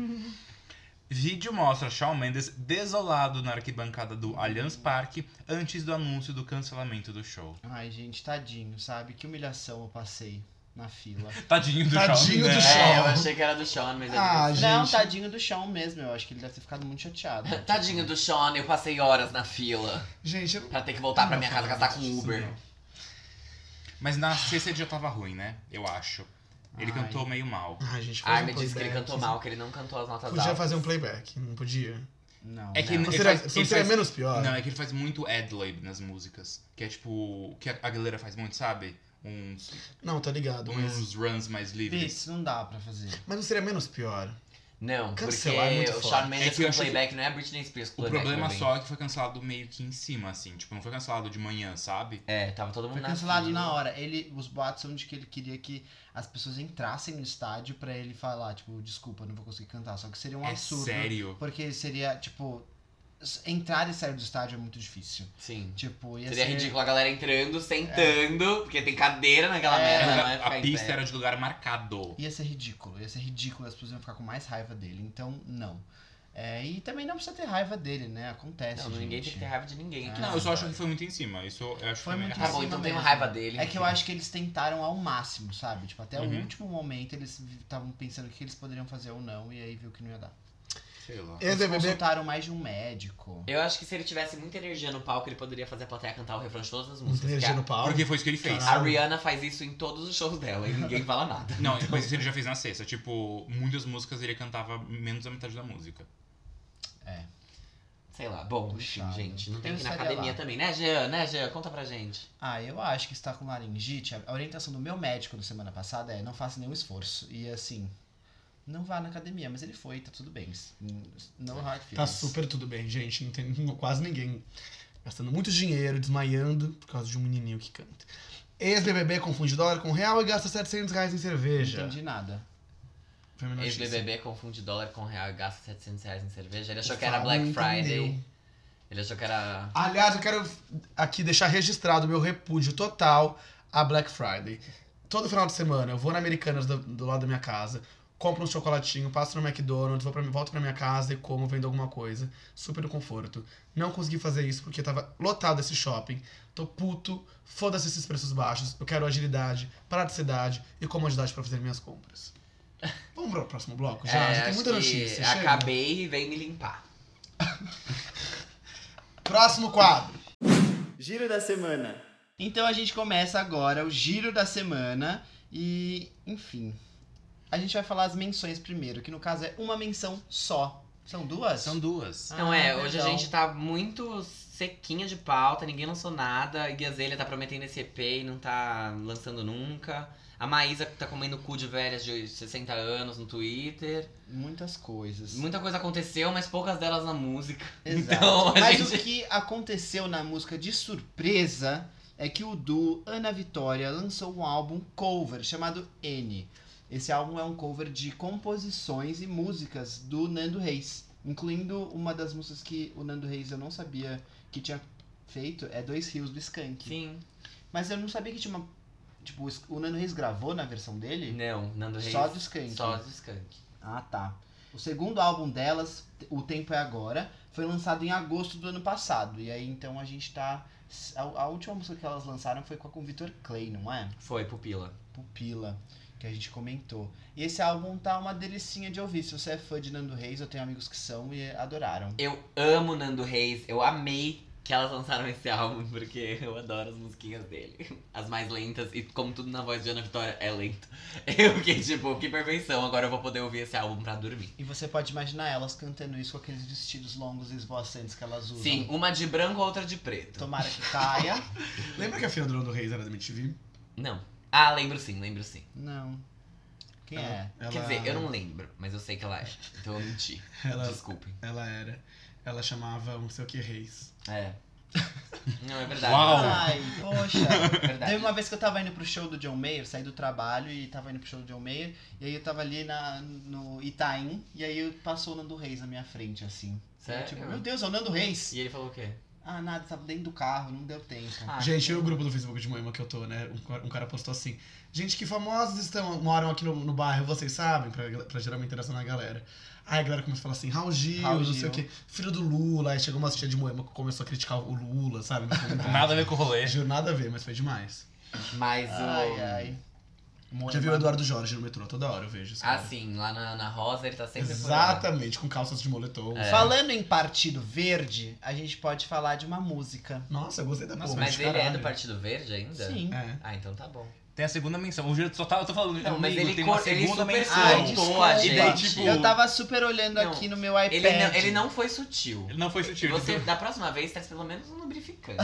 [SPEAKER 1] Vídeo mostra Shawn Mendes desolado na arquibancada do Allianz Parque antes do anúncio do cancelamento do show.
[SPEAKER 3] Ai, gente, tadinho, sabe? Que humilhação eu passei na fila.
[SPEAKER 1] Tadinho do
[SPEAKER 4] Tadinho
[SPEAKER 1] Shawn,
[SPEAKER 4] do
[SPEAKER 1] né?
[SPEAKER 4] Shawn.
[SPEAKER 2] É, eu achei que era do Sean, mas é ele
[SPEAKER 4] Ah,
[SPEAKER 2] disse.
[SPEAKER 3] Não,
[SPEAKER 4] Gente.
[SPEAKER 3] tadinho do chão mesmo. Eu acho que ele deve ter ficado muito chateado.
[SPEAKER 2] Tadinho do Sean, eu passei horas na fila
[SPEAKER 4] Gente, eu
[SPEAKER 2] pra ter que
[SPEAKER 4] Ah,
[SPEAKER 2] voltar pra minha casa casar com o Uber.
[SPEAKER 1] Mas na sexta ele já tava ruim, né? Eu acho. Ele
[SPEAKER 3] Ai.
[SPEAKER 1] cantou meio mal.
[SPEAKER 4] Ai, gente, faz
[SPEAKER 2] A
[SPEAKER 4] um
[SPEAKER 2] me disse que ele
[SPEAKER 4] playback.
[SPEAKER 2] cantou mal, que ele não cantou as notas
[SPEAKER 4] Podia
[SPEAKER 2] altas.
[SPEAKER 4] fazer um playback, não podia?
[SPEAKER 3] Não.
[SPEAKER 1] É que
[SPEAKER 2] Não.
[SPEAKER 4] Não
[SPEAKER 1] ele
[SPEAKER 4] seria,
[SPEAKER 1] faz-
[SPEAKER 4] não
[SPEAKER 1] ele
[SPEAKER 4] seria
[SPEAKER 1] faz-
[SPEAKER 4] menos pior?
[SPEAKER 1] Não, é que ele faz muito ad-lib nas músicas. Que é tipo, o que a galera faz muito, sabe? Uns,
[SPEAKER 4] Não, tá ligado,
[SPEAKER 2] um
[SPEAKER 4] mas...
[SPEAKER 1] uns runs mais livres.
[SPEAKER 3] Isso não dá pra fazer.
[SPEAKER 4] Mas não seria menos pior?
[SPEAKER 2] Não,
[SPEAKER 4] Cancelar
[SPEAKER 2] porque
[SPEAKER 4] é muito
[SPEAKER 2] o
[SPEAKER 4] foda.
[SPEAKER 2] Sean
[SPEAKER 1] É
[SPEAKER 2] Mendes
[SPEAKER 1] que eu
[SPEAKER 2] com
[SPEAKER 1] achei que-
[SPEAKER 2] playback não é a Britney Spears com
[SPEAKER 1] O
[SPEAKER 2] playback.
[SPEAKER 1] problema
[SPEAKER 2] meu bem.
[SPEAKER 1] só é que foi cancelado meio que em cima, assim. Tipo, não foi cancelado de manhã, sabe?
[SPEAKER 2] É, tava todo mundo
[SPEAKER 3] Foi
[SPEAKER 2] na
[SPEAKER 3] cancelado
[SPEAKER 2] fila.
[SPEAKER 3] na hora. Ele, os boatos são de que ele queria que as pessoas entrassem no estádio pra ele falar, tipo, desculpa, não vou conseguir cantar. Só que seria um
[SPEAKER 1] é
[SPEAKER 3] absurdo.
[SPEAKER 1] sério.
[SPEAKER 3] Porque seria, tipo, s- entrar e sair do estádio é muito difícil.
[SPEAKER 2] Sim.
[SPEAKER 3] Tipo, ia
[SPEAKER 2] Seria
[SPEAKER 3] ser...
[SPEAKER 2] ridículo a galera entrando, sentando, porque tem cadeira naquela
[SPEAKER 3] É,
[SPEAKER 2] merda,
[SPEAKER 1] Era-
[SPEAKER 2] não é ficar
[SPEAKER 1] a
[SPEAKER 2] em
[SPEAKER 1] pista
[SPEAKER 2] pé.
[SPEAKER 1] era de lugar marcado.
[SPEAKER 3] Ia ser ridículo, ia ser ridículo, as pessoas iam ficar com mais raiva dele, então não. É, e também não precisa ter raiva dele, né? Acontece.
[SPEAKER 2] Não, ninguém
[SPEAKER 3] gente.
[SPEAKER 2] tem que ter raiva de ninguém. aqui
[SPEAKER 1] Não,
[SPEAKER 2] nessa
[SPEAKER 1] eu só acho assim que
[SPEAKER 2] história.
[SPEAKER 1] foi muito em cima. Isso eu acho
[SPEAKER 3] Foi
[SPEAKER 1] que
[SPEAKER 3] muito em
[SPEAKER 2] Tá bom,
[SPEAKER 3] cima
[SPEAKER 2] então tenho
[SPEAKER 3] mesmo.
[SPEAKER 2] raiva dele.
[SPEAKER 3] É que eu acho que eles tentaram ao máximo, sabe? Tipo, até o
[SPEAKER 1] Uhum.
[SPEAKER 3] último momento eles estavam pensando o que eles poderiam fazer ou não, e aí viu que não ia dar.
[SPEAKER 1] Sei lá.
[SPEAKER 4] Esse
[SPEAKER 3] Eles
[SPEAKER 4] bebê...
[SPEAKER 3] consultaram mais de um médico.
[SPEAKER 2] Eu acho que se ele tivesse muita energia no palco, ele poderia fazer a plateia cantar o refrão de todas as músicas.
[SPEAKER 4] Energia no
[SPEAKER 2] um porque
[SPEAKER 4] pau.
[SPEAKER 1] Porque foi isso que ele fez.
[SPEAKER 2] a, a Rihanna faz isso em todos os shows dela e ninguém fala nada.
[SPEAKER 1] Não, foi isso que ele já fez na sexta. Tipo, muitas músicas ele cantava menos da metade da música.
[SPEAKER 2] Sei lá, bom,
[SPEAKER 3] Puxado.
[SPEAKER 2] enfim, gente. Não tem
[SPEAKER 3] Eu
[SPEAKER 2] que ir na
[SPEAKER 3] estaria
[SPEAKER 2] academia
[SPEAKER 3] lá.
[SPEAKER 2] também, né, Jean? Né, Jean? Conta pra gente.
[SPEAKER 3] Ah, eu acho que está com laringite. A orientação do meu médico da semana passada é não faça nenhum esforço. E assim, não vá na academia, mas ele foi, tá tudo bem. Não hard feelings.
[SPEAKER 4] Tá super tudo bem, gente. Não tem quase ninguém gastando muito dinheiro, desmaiando por causa de um menininho que canta. Ex-BBB confunde dólar com real e gasta 700 reais em
[SPEAKER 3] Não
[SPEAKER 4] cerveja.
[SPEAKER 3] entendi nada.
[SPEAKER 4] Foi a minha notícia.
[SPEAKER 2] Ex-BBB confunde dólar com real e gasta 700 reais em cerveja. Ele achou
[SPEAKER 4] O
[SPEAKER 2] que era
[SPEAKER 4] Fábio
[SPEAKER 2] Black
[SPEAKER 4] não
[SPEAKER 2] Friday.
[SPEAKER 4] entendeu.
[SPEAKER 2] Ele achou que era.
[SPEAKER 4] Aliás, eu quero aqui deixar registrado o meu repúdio total à Black Friday. Todo final de semana eu vou na Americanas do, do lado da minha casa, compro um chocolatinho, passo no McDonald's, vou pra, mim- volto pra minha casa e como, vendo alguma coisa. Super no conforto. Não consegui fazer isso porque tava lotado esse shopping. Tô puto, foda-se esses preços baixos. Eu quero agilidade, praticidade e comodidade pra fazer minhas compras. Vamos pro próximo bloco? Já,
[SPEAKER 2] É,
[SPEAKER 4] já tem
[SPEAKER 2] acho
[SPEAKER 4] muita
[SPEAKER 2] que
[SPEAKER 4] notícia. chega.
[SPEAKER 2] Acabei e vem me limpar.
[SPEAKER 4] Próximo quadro.
[SPEAKER 5] Giro da semana.
[SPEAKER 3] Então a gente começa agora o giro da semana e, enfim, a gente vai falar as menções primeiro, que no caso é uma menção só. São duas?
[SPEAKER 1] São duas.
[SPEAKER 2] Então
[SPEAKER 3] Ah,
[SPEAKER 2] é, hoje a
[SPEAKER 3] legal.
[SPEAKER 2] gente tá muito sequinha de pauta, ninguém lançou nada. E Gazelha tá prometendo esse EP e não tá lançando nunca. A Maísa tá comendo cu de velhas de 60 anos no Twitter.
[SPEAKER 3] Muitas coisas.
[SPEAKER 2] Muita coisa aconteceu, mas poucas delas na música.
[SPEAKER 3] Exato.
[SPEAKER 2] Então, a
[SPEAKER 3] Mas
[SPEAKER 2] gente-
[SPEAKER 3] o que aconteceu na música de surpresa é que o duo Ana Vitória lançou um álbum cover chamado N. Esse álbum é um cover de composições e músicas do Nando Reis, incluindo uma das músicas que o Nando Reis eu não sabia que tinha feito, é Dois Rios do Skank.
[SPEAKER 2] Sim.
[SPEAKER 3] Mas eu não sabia que tinha uma. Tipo, o Nando Reis gravou na versão dele?
[SPEAKER 2] Não, Nando Reis.
[SPEAKER 3] Só né? do Skank.
[SPEAKER 2] Só do Skank.
[SPEAKER 3] Ah, tá. O segundo álbum delas, O Tempo é Agora, foi lançado em agosto do ano passado. E aí, então, a gente tá... A, a última música que elas lançaram foi com, a- com o Victor Clay, não é?
[SPEAKER 2] Foi, pupila.
[SPEAKER 3] Pupila, que a gente comentou. E esse álbum tá uma delicinha de ouvir. Se você é fã de Nando Reis, eu tenho amigos que são e adoraram.
[SPEAKER 2] Eu amo Nando Reis, eu amei que elas lançaram esse álbum, porque eu adoro as musiquinhas dele. As mais lentas, e como tudo na voz de Ana Vitória é lento. Eu fiquei tipo, que perfeição, agora eu vou poder ouvir esse álbum pra dormir.
[SPEAKER 3] E você pode imaginar elas cantando isso com aqueles vestidos longos e esvoaçantes que elas usam.
[SPEAKER 2] Sim, uma de branco, outra de preto.
[SPEAKER 3] Tomara que caia.
[SPEAKER 4] Lembra que a Fiona do Nando Reis era da MTV?
[SPEAKER 2] Não. Ah, lembro sim, lembro sim.
[SPEAKER 3] Não. Quem
[SPEAKER 4] Ela-
[SPEAKER 3] é?
[SPEAKER 4] Ela-
[SPEAKER 2] Quer dizer, eu não lembro, mas eu sei que ela é. Então eu menti.
[SPEAKER 4] Ela-
[SPEAKER 2] Desculpem.
[SPEAKER 4] Ela era. Ela chamava um não sei o que Reis.
[SPEAKER 2] É. Não, é verdade.
[SPEAKER 1] Uau.
[SPEAKER 3] Ai, poxa.
[SPEAKER 2] É verdade.
[SPEAKER 3] Teve uma vez que eu tava indo pro show do John Mayer, saí do trabalho e tava indo pro show do John Mayer, e aí eu tava ali na, no Itaim, e aí eu- passou o Nando Reis na minha frente, assim.
[SPEAKER 2] Sério?
[SPEAKER 3] Tipo, meu Deus, é o Nando Reis!
[SPEAKER 2] E ele falou o quê?
[SPEAKER 3] Ah, nada, tava dentro do carro, não deu tempo.
[SPEAKER 2] Ah,
[SPEAKER 4] gente, e o grupo do Facebook de Moema que eu tô, né? Um, ca- um cara postou assim: Gente, que famosos estão, moram aqui no, no bairro, vocês sabem, pra, pra gerar uma interação na galera. Aí a galera começa a falar assim: Raul Gil,
[SPEAKER 3] Raul
[SPEAKER 4] não sei
[SPEAKER 3] Gil.
[SPEAKER 4] o quê, filho do Lula. Aí chegou uma tia de Moema que começou a criticar o Lula, sabe? Não foi
[SPEAKER 1] Nada a ver com o rolê.
[SPEAKER 4] Juro, nada a ver, mas foi demais.
[SPEAKER 2] Mas o.
[SPEAKER 3] Ai, ai.
[SPEAKER 4] Já viu o Eduardo Jorge no metrô toda hora, eu vejo isso.
[SPEAKER 2] é Ah, sim, lá na, na Rosa ele tá sempre por lá.
[SPEAKER 4] Exatamente, com calças de
[SPEAKER 1] É.
[SPEAKER 4] moletom.
[SPEAKER 2] É.
[SPEAKER 3] Falando em Partido Verde, a gente pode falar de uma música.
[SPEAKER 4] Nossa, eu gostei da
[SPEAKER 3] Nossa,
[SPEAKER 4] porra,
[SPEAKER 2] Mas
[SPEAKER 4] de
[SPEAKER 2] ele é
[SPEAKER 4] caralho.
[SPEAKER 2] do Partido Verde ainda?
[SPEAKER 3] Sim.
[SPEAKER 4] É.
[SPEAKER 2] Ah, então tá bom.
[SPEAKER 1] Tem a segunda menção. O Júlio só tá, eu tô falando.
[SPEAKER 2] Não, mas
[SPEAKER 1] amigo,
[SPEAKER 2] ele
[SPEAKER 1] tem
[SPEAKER 2] cor-
[SPEAKER 1] uma
[SPEAKER 2] ele
[SPEAKER 1] segunda
[SPEAKER 2] super
[SPEAKER 1] menção.
[SPEAKER 2] Ah,
[SPEAKER 3] Ai,
[SPEAKER 2] ele
[SPEAKER 3] desculpa.
[SPEAKER 2] zoou a gente.
[SPEAKER 1] E daí, tipo-
[SPEAKER 3] Eu tava super olhando
[SPEAKER 2] Não.
[SPEAKER 3] aqui no meu iPad.
[SPEAKER 2] Ele não, ele não foi sutil.
[SPEAKER 1] Não foi sutil. É ele
[SPEAKER 2] Você,
[SPEAKER 1] foi-
[SPEAKER 2] da próxima vez, traz pelo menos um lubrificante.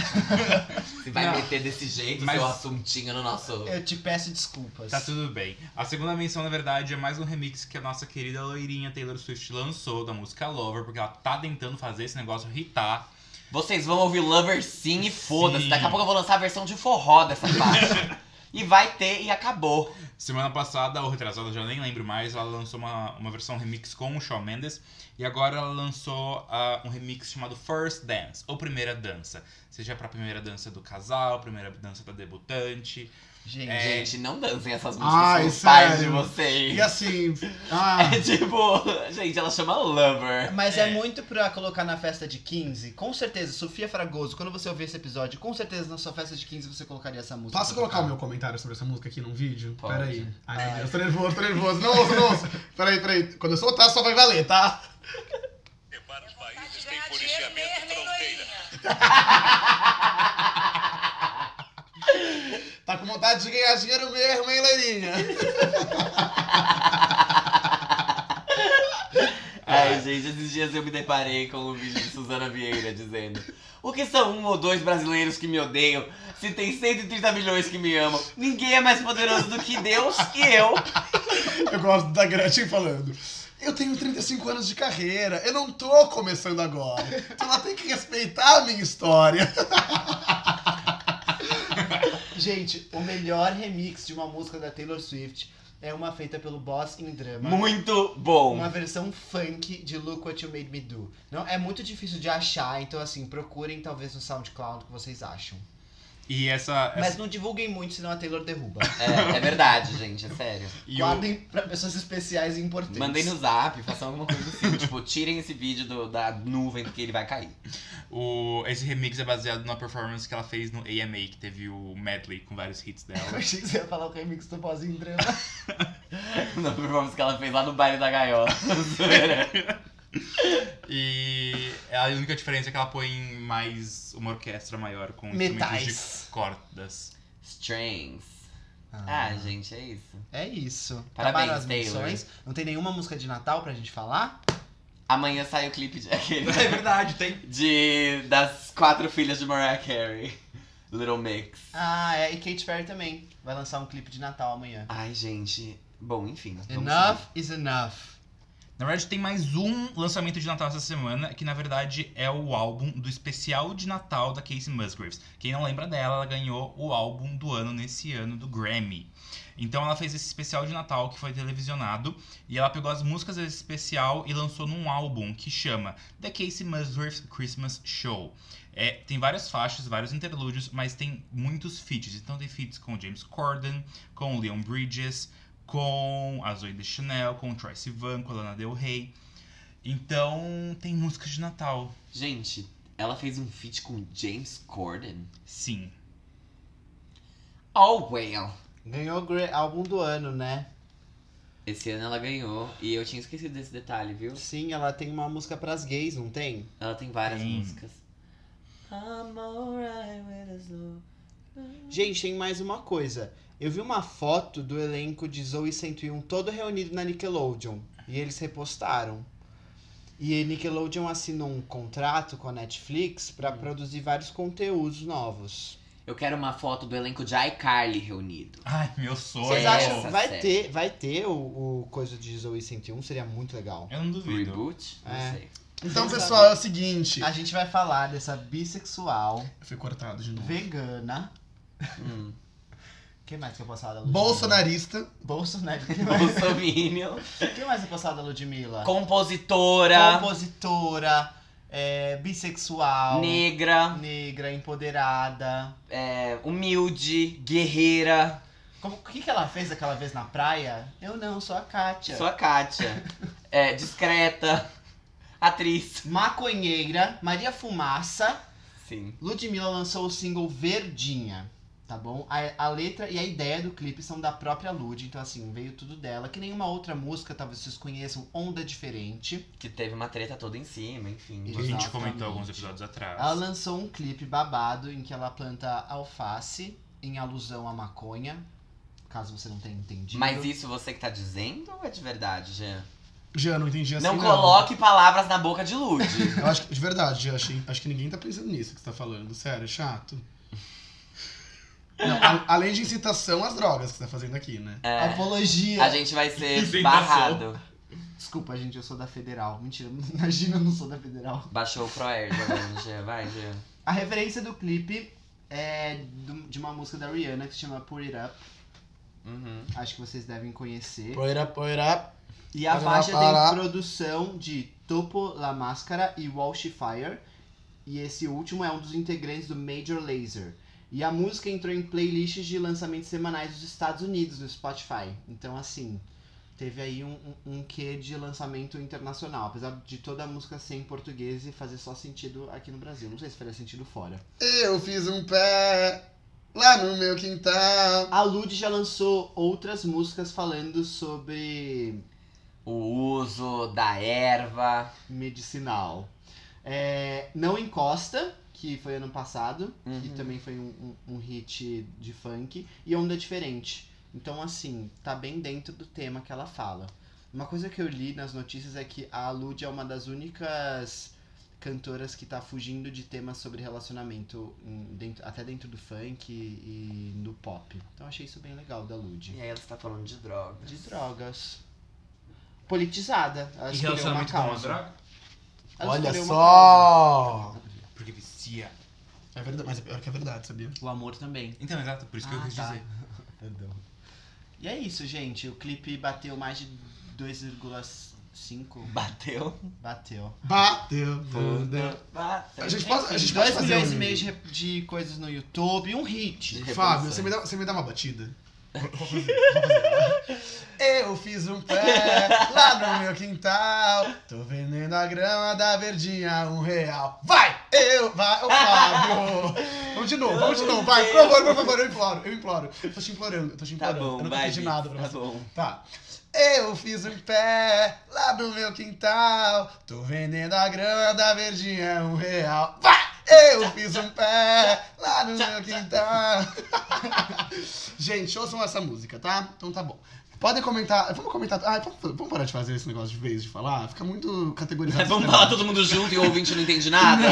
[SPEAKER 2] Se vai
[SPEAKER 1] Não.
[SPEAKER 2] meter desse jeito
[SPEAKER 1] Mas- É.
[SPEAKER 2] seu assuntinho no nosso.
[SPEAKER 3] Eu te peço desculpas.
[SPEAKER 1] Tá tudo bem. A segunda menção, na verdade, é mais um remix que a nossa querida loirinha Taylor Swift lançou da música Lover, porque ela tá tentando fazer esse negócio hitar.
[SPEAKER 2] Vocês vão ouvir Lover Sim e
[SPEAKER 1] Sim.
[SPEAKER 2] foda-se. Daqui a pouco eu vou lançar a versão de forró dessa faixa. e vai ter e acabou.
[SPEAKER 1] Semana passada, ou retrasada, já nem lembro mais, ela lançou uma, uma versão remix com o Shawn Mendes. E agora ela lançou ah, um remix chamado First Dance, ou Primeira Dança. Seja pra primeira dança do casal, primeira dança da debutante.
[SPEAKER 3] Gente,
[SPEAKER 1] É.
[SPEAKER 2] Gente, não dancem essas músicas
[SPEAKER 4] Ai,
[SPEAKER 2] com os pais de
[SPEAKER 4] sério.
[SPEAKER 2] vocês.
[SPEAKER 4] E assim. Ah,
[SPEAKER 2] É tipo, gente, ela chama Lover.
[SPEAKER 3] Mas é.
[SPEAKER 1] É.
[SPEAKER 3] muito pra colocar na festa de 15. Com certeza, Sofia Fragoso, quando você ouvir esse episódio, com certeza na sua festa de 15 você colocaria essa música.
[SPEAKER 4] Posso
[SPEAKER 3] pra tocar.
[SPEAKER 4] colocar o meu comentário sobre essa música aqui num vídeo?
[SPEAKER 2] Pode.
[SPEAKER 4] Peraí. Ai, meu Deus, tô nervoso, tô nervoso. Não ouço, não ouço. Peraí, peraí. Quando eu soltar, só vai valer, tá?
[SPEAKER 6] Separa os países, tem policiamento fronteira.
[SPEAKER 4] Tá com vontade de ganhar dinheiro mesmo, hein, Leirinha?
[SPEAKER 2] Ai, Ah, É, Gente, esses dias eu me deparei com o vídeo de Suzana Vieira dizendo: O que são um ou dois brasileiros que me odeiam se tem 130 milhões que me amam? Ninguém é mais poderoso do que Deus e eu.
[SPEAKER 4] Eu gosto da Gretchen falando. Eu tenho 35 anos de carreira, eu não tô começando agora. Então ela tem que respeitar a minha história.
[SPEAKER 3] Gente, o melhor remix de uma música da Taylor Swift é uma feita pelo Boss em Drama.
[SPEAKER 2] Muito bom.
[SPEAKER 3] Uma versão funk de Look What You Made Me Do. Não, é muito difícil de achar, então assim, procurem talvez no SoundCloud o que vocês acham.
[SPEAKER 1] E essa. essa
[SPEAKER 3] Mas não divulguem muito, senão a Taylor derruba.
[SPEAKER 2] É, é verdade, gente, é sério.
[SPEAKER 1] e o,
[SPEAKER 3] Guardem pra pessoas especiais e importantes.
[SPEAKER 2] Mandei no zap, façam alguma coisa assim. tipo, tirem esse vídeo do- da nuvem porque ele vai cair.
[SPEAKER 1] o- esse remix é baseado numa performance que ela fez no AMA, que teve o medley com vários hits
[SPEAKER 3] Eu
[SPEAKER 1] dela.
[SPEAKER 3] achei que você ia falar o remix do Boss em Drama.
[SPEAKER 2] Na performance que ela fez lá no baile da gaiola.
[SPEAKER 1] e a única diferença é que ela põe mais uma orquestra maior com instrumentos
[SPEAKER 3] Metais.
[SPEAKER 1] de cordas.
[SPEAKER 2] Strings. Ah, gente, é isso.
[SPEAKER 3] É isso.
[SPEAKER 2] Parabéns,
[SPEAKER 3] Acabaram as
[SPEAKER 2] Taylor.
[SPEAKER 3] menções. Não tem nenhuma música de Natal pra gente falar?
[SPEAKER 2] Amanhã sai o clipe de aquele.
[SPEAKER 1] É verdade, tem.
[SPEAKER 2] de das quatro filhas de Mariah Carey. Little Mix.
[SPEAKER 3] Ah, é. E Katy Perry também. Vai lançar um clipe de Natal amanhã.
[SPEAKER 2] Ai, gente. Bom, enfim. vamos
[SPEAKER 3] Enough is enough.
[SPEAKER 1] Na verdade, tem mais um lançamento de Natal essa semana, que na verdade é o álbum do especial de Natal da Casey Musgraves. Quem não lembra dela, ela ganhou o álbum do ano nesse ano do Grammy. Então ela fez esse especial de Natal que foi televisionado e ela pegou as músicas desse especial e lançou num álbum que chama The Casey Musgraves Christmas Show. É, tem várias faixas, vários interlúdios, mas tem muitos feats. Então tem feats com James Corden, com Leon Bridges, com a Zoe Deschanel, com Troy Sivan, com a Lana Del Rey. Então tem músicas de Natal,
[SPEAKER 2] seguir. Gente, ela fez um feat com James Corden.
[SPEAKER 1] sim.
[SPEAKER 2] Oh, well.
[SPEAKER 3] Ganhou o Gra- álbum do ano, né?
[SPEAKER 2] Esse ano ela ganhou. E eu tinha esquecido desse detalhe, viu?
[SPEAKER 3] Sim, ela tem uma música pras gays, não tem?
[SPEAKER 2] Ela tem várias
[SPEAKER 1] Tem.
[SPEAKER 2] músicas. I'm alright with as long-
[SPEAKER 3] Gente, tem mais uma coisa. Eu vi uma foto do elenco de Zoe 101 todo reunido na Nickelodeon. E eles repostaram. E a Nickelodeon assinou um contrato com a Netflix pra produzir vários conteúdos novos.
[SPEAKER 2] Eu quero uma foto do elenco de iCarly reunido.
[SPEAKER 1] Ai, meu sonho.
[SPEAKER 3] Vocês
[SPEAKER 2] é, essa
[SPEAKER 3] acham? Vai
[SPEAKER 2] série.
[SPEAKER 3] ter, vai ter o, o coisa de Zoe 101, seria muito legal.
[SPEAKER 1] Eu não duvido.
[SPEAKER 2] Reboot? Não
[SPEAKER 3] É.
[SPEAKER 2] sei.
[SPEAKER 4] Então,
[SPEAKER 3] Exatamente.
[SPEAKER 4] pessoal, é o seguinte.
[SPEAKER 3] A gente vai falar dessa bissexual,
[SPEAKER 4] Eu fui cortado de novo.
[SPEAKER 3] vegana.
[SPEAKER 2] Hum.
[SPEAKER 3] O que mais que eu posso falar da Ludmilla?
[SPEAKER 4] Bolsonarista.
[SPEAKER 3] Bolsonaro. O que mais-
[SPEAKER 2] Bolsominion.
[SPEAKER 3] o que mais eu posso falar da Ludmilla?
[SPEAKER 2] Compositora.
[SPEAKER 3] Compositora, é, bissexual,
[SPEAKER 2] Negra.
[SPEAKER 3] negra, empoderada.
[SPEAKER 2] é, humilde. Guerreira.
[SPEAKER 3] Como, o que, que ela fez aquela vez na praia? Eu não, sou a Kátia.
[SPEAKER 2] Sou a Kátia. É, discreta. Atriz.
[SPEAKER 3] Maconheira, Maria Fumaça.
[SPEAKER 2] Sim.
[SPEAKER 3] Ludmilla lançou o single Verdinha, tá bom? A, a letra e a ideia do clipe são da própria Lud, então assim, veio tudo dela. Que nenhuma outra música, talvez vocês conheçam, Onda Diferente.
[SPEAKER 2] Que teve uma treta toda em cima, enfim.
[SPEAKER 1] A gente
[SPEAKER 3] Exatamente.
[SPEAKER 1] comentou alguns episódios atrás.
[SPEAKER 3] Ela lançou um clipe babado em que ela planta alface em alusão à maconha, caso você não tenha entendido.
[SPEAKER 2] Mas isso você que tá dizendo ou é de verdade, Jean?
[SPEAKER 4] Já não entendi assim.
[SPEAKER 2] não coloque palavras na boca de Lud.
[SPEAKER 4] Eu acho que, de verdade, Gia, acho, acho que ninguém tá pensando nisso que você tá falando. Sério, é chato. Não, a- além de incitação às drogas que você tá fazendo aqui, né?
[SPEAKER 2] É,
[SPEAKER 3] Apologia.
[SPEAKER 2] a gente vai ser
[SPEAKER 1] Inventação.
[SPEAKER 2] barrado.
[SPEAKER 3] Desculpa, gente, eu sou da Federal. Mentira, imagina, eu não sou da Federal.
[SPEAKER 2] Baixou o Proerd agora, no Jean. Vai, Jean.
[SPEAKER 3] A referência do clipe é do- de uma música da Rihanna que se chama Put It Up.
[SPEAKER 2] Uhum.
[SPEAKER 3] Acho que vocês devem conhecer.
[SPEAKER 4] Poeira, poeira.
[SPEAKER 3] E a
[SPEAKER 4] Para lá,
[SPEAKER 3] faixa
[SPEAKER 4] para.
[SPEAKER 3] tem produção de Topo La Máscara e Walsh Fire. E esse último é um dos integrantes do Major Laser. E a música entrou em playlists de lançamentos semanais dos Estados Unidos no Spotify. Então, assim, teve aí um, um, um quê de lançamento internacional. Apesar de toda a música ser em português e fazer só sentido aqui no Brasil. Não sei se faria sentido fora.
[SPEAKER 4] Eu fiz um pé lá no meu quintal.
[SPEAKER 3] A Lud já lançou outras músicas falando sobre
[SPEAKER 2] O uso da erva.
[SPEAKER 3] medicinal. É, não Encosta, que foi ano passado, que
[SPEAKER 2] Uhum.
[SPEAKER 3] também foi um, um- um hit de funk, e Onda Diferente. Então, assim, tá bem dentro do tema que ela fala. Uma coisa que eu li nas notícias é que a Lud é uma das únicas cantoras que tá fugindo de temas sobre relacionamento hum, dentro- até dentro do funk e, e no pop. Então achei isso bem legal da Lud.
[SPEAKER 2] E aí ela está falando de drogas.
[SPEAKER 3] De drogas. Politizada. Ela
[SPEAKER 1] E
[SPEAKER 3] escolheu uma
[SPEAKER 1] relacionamento com uma
[SPEAKER 3] causa.
[SPEAKER 1] droga?
[SPEAKER 3] Ela
[SPEAKER 4] Olha
[SPEAKER 3] escolheu uma
[SPEAKER 4] só!
[SPEAKER 1] Oh. Porque vicia.
[SPEAKER 4] É verdade, mas é pior que é verdade, sabia?
[SPEAKER 3] causa. O amor também.
[SPEAKER 1] Então, exato, por isso que eu
[SPEAKER 3] Ah,
[SPEAKER 1] quis
[SPEAKER 3] tá.
[SPEAKER 1] dizer.
[SPEAKER 3] Perdão. E é isso, gente. O clipe bateu mais de 2,5.
[SPEAKER 2] Bateu.
[SPEAKER 3] Bateu.
[SPEAKER 4] Bateu,
[SPEAKER 2] Tudo.
[SPEAKER 4] tudo.
[SPEAKER 2] Bateu.
[SPEAKER 4] A gente pode, a gente pode
[SPEAKER 3] 2
[SPEAKER 4] fazer
[SPEAKER 3] milhões
[SPEAKER 4] um-
[SPEAKER 3] e meio de, rep- de coisas no YouTube, um hit.
[SPEAKER 4] Fábio,
[SPEAKER 2] reproduções.
[SPEAKER 4] você me, dá, você me dá uma batida? Vou fazer, vou fazer. Eu fiz um pé lá no meu quintal. Tô vendendo a grama da verdinha, um real. Vai! Eu, vai, ô Fábio! Vamos de novo, vamos de novo, vai, por favor, por favor, eu imploro, eu imploro. Eu tô te implorando, eu tô te
[SPEAKER 2] Tá
[SPEAKER 4] implorando. eu
[SPEAKER 2] bom,
[SPEAKER 4] não
[SPEAKER 2] vai.
[SPEAKER 4] pedi nada
[SPEAKER 2] Bi,
[SPEAKER 4] pra
[SPEAKER 2] tá
[SPEAKER 4] você.
[SPEAKER 2] bom.
[SPEAKER 4] Tá. Eu fiz um pé lá no meu quintal. Tô vendendo a grama da verdinha um real. Vai! Eu fiz um pé lá no meu quintal. Gente, ouçam essa música, tá? Então tá bom. Podem comentar. Vamos comentar. Ah, vamos, vamos parar de fazer esse negócio de vez de falar? Fica muito categorizado.
[SPEAKER 2] É, Vamos
[SPEAKER 4] esse
[SPEAKER 2] falar
[SPEAKER 4] negócio.
[SPEAKER 2] todo mundo junto e o ouvinte não entende nada?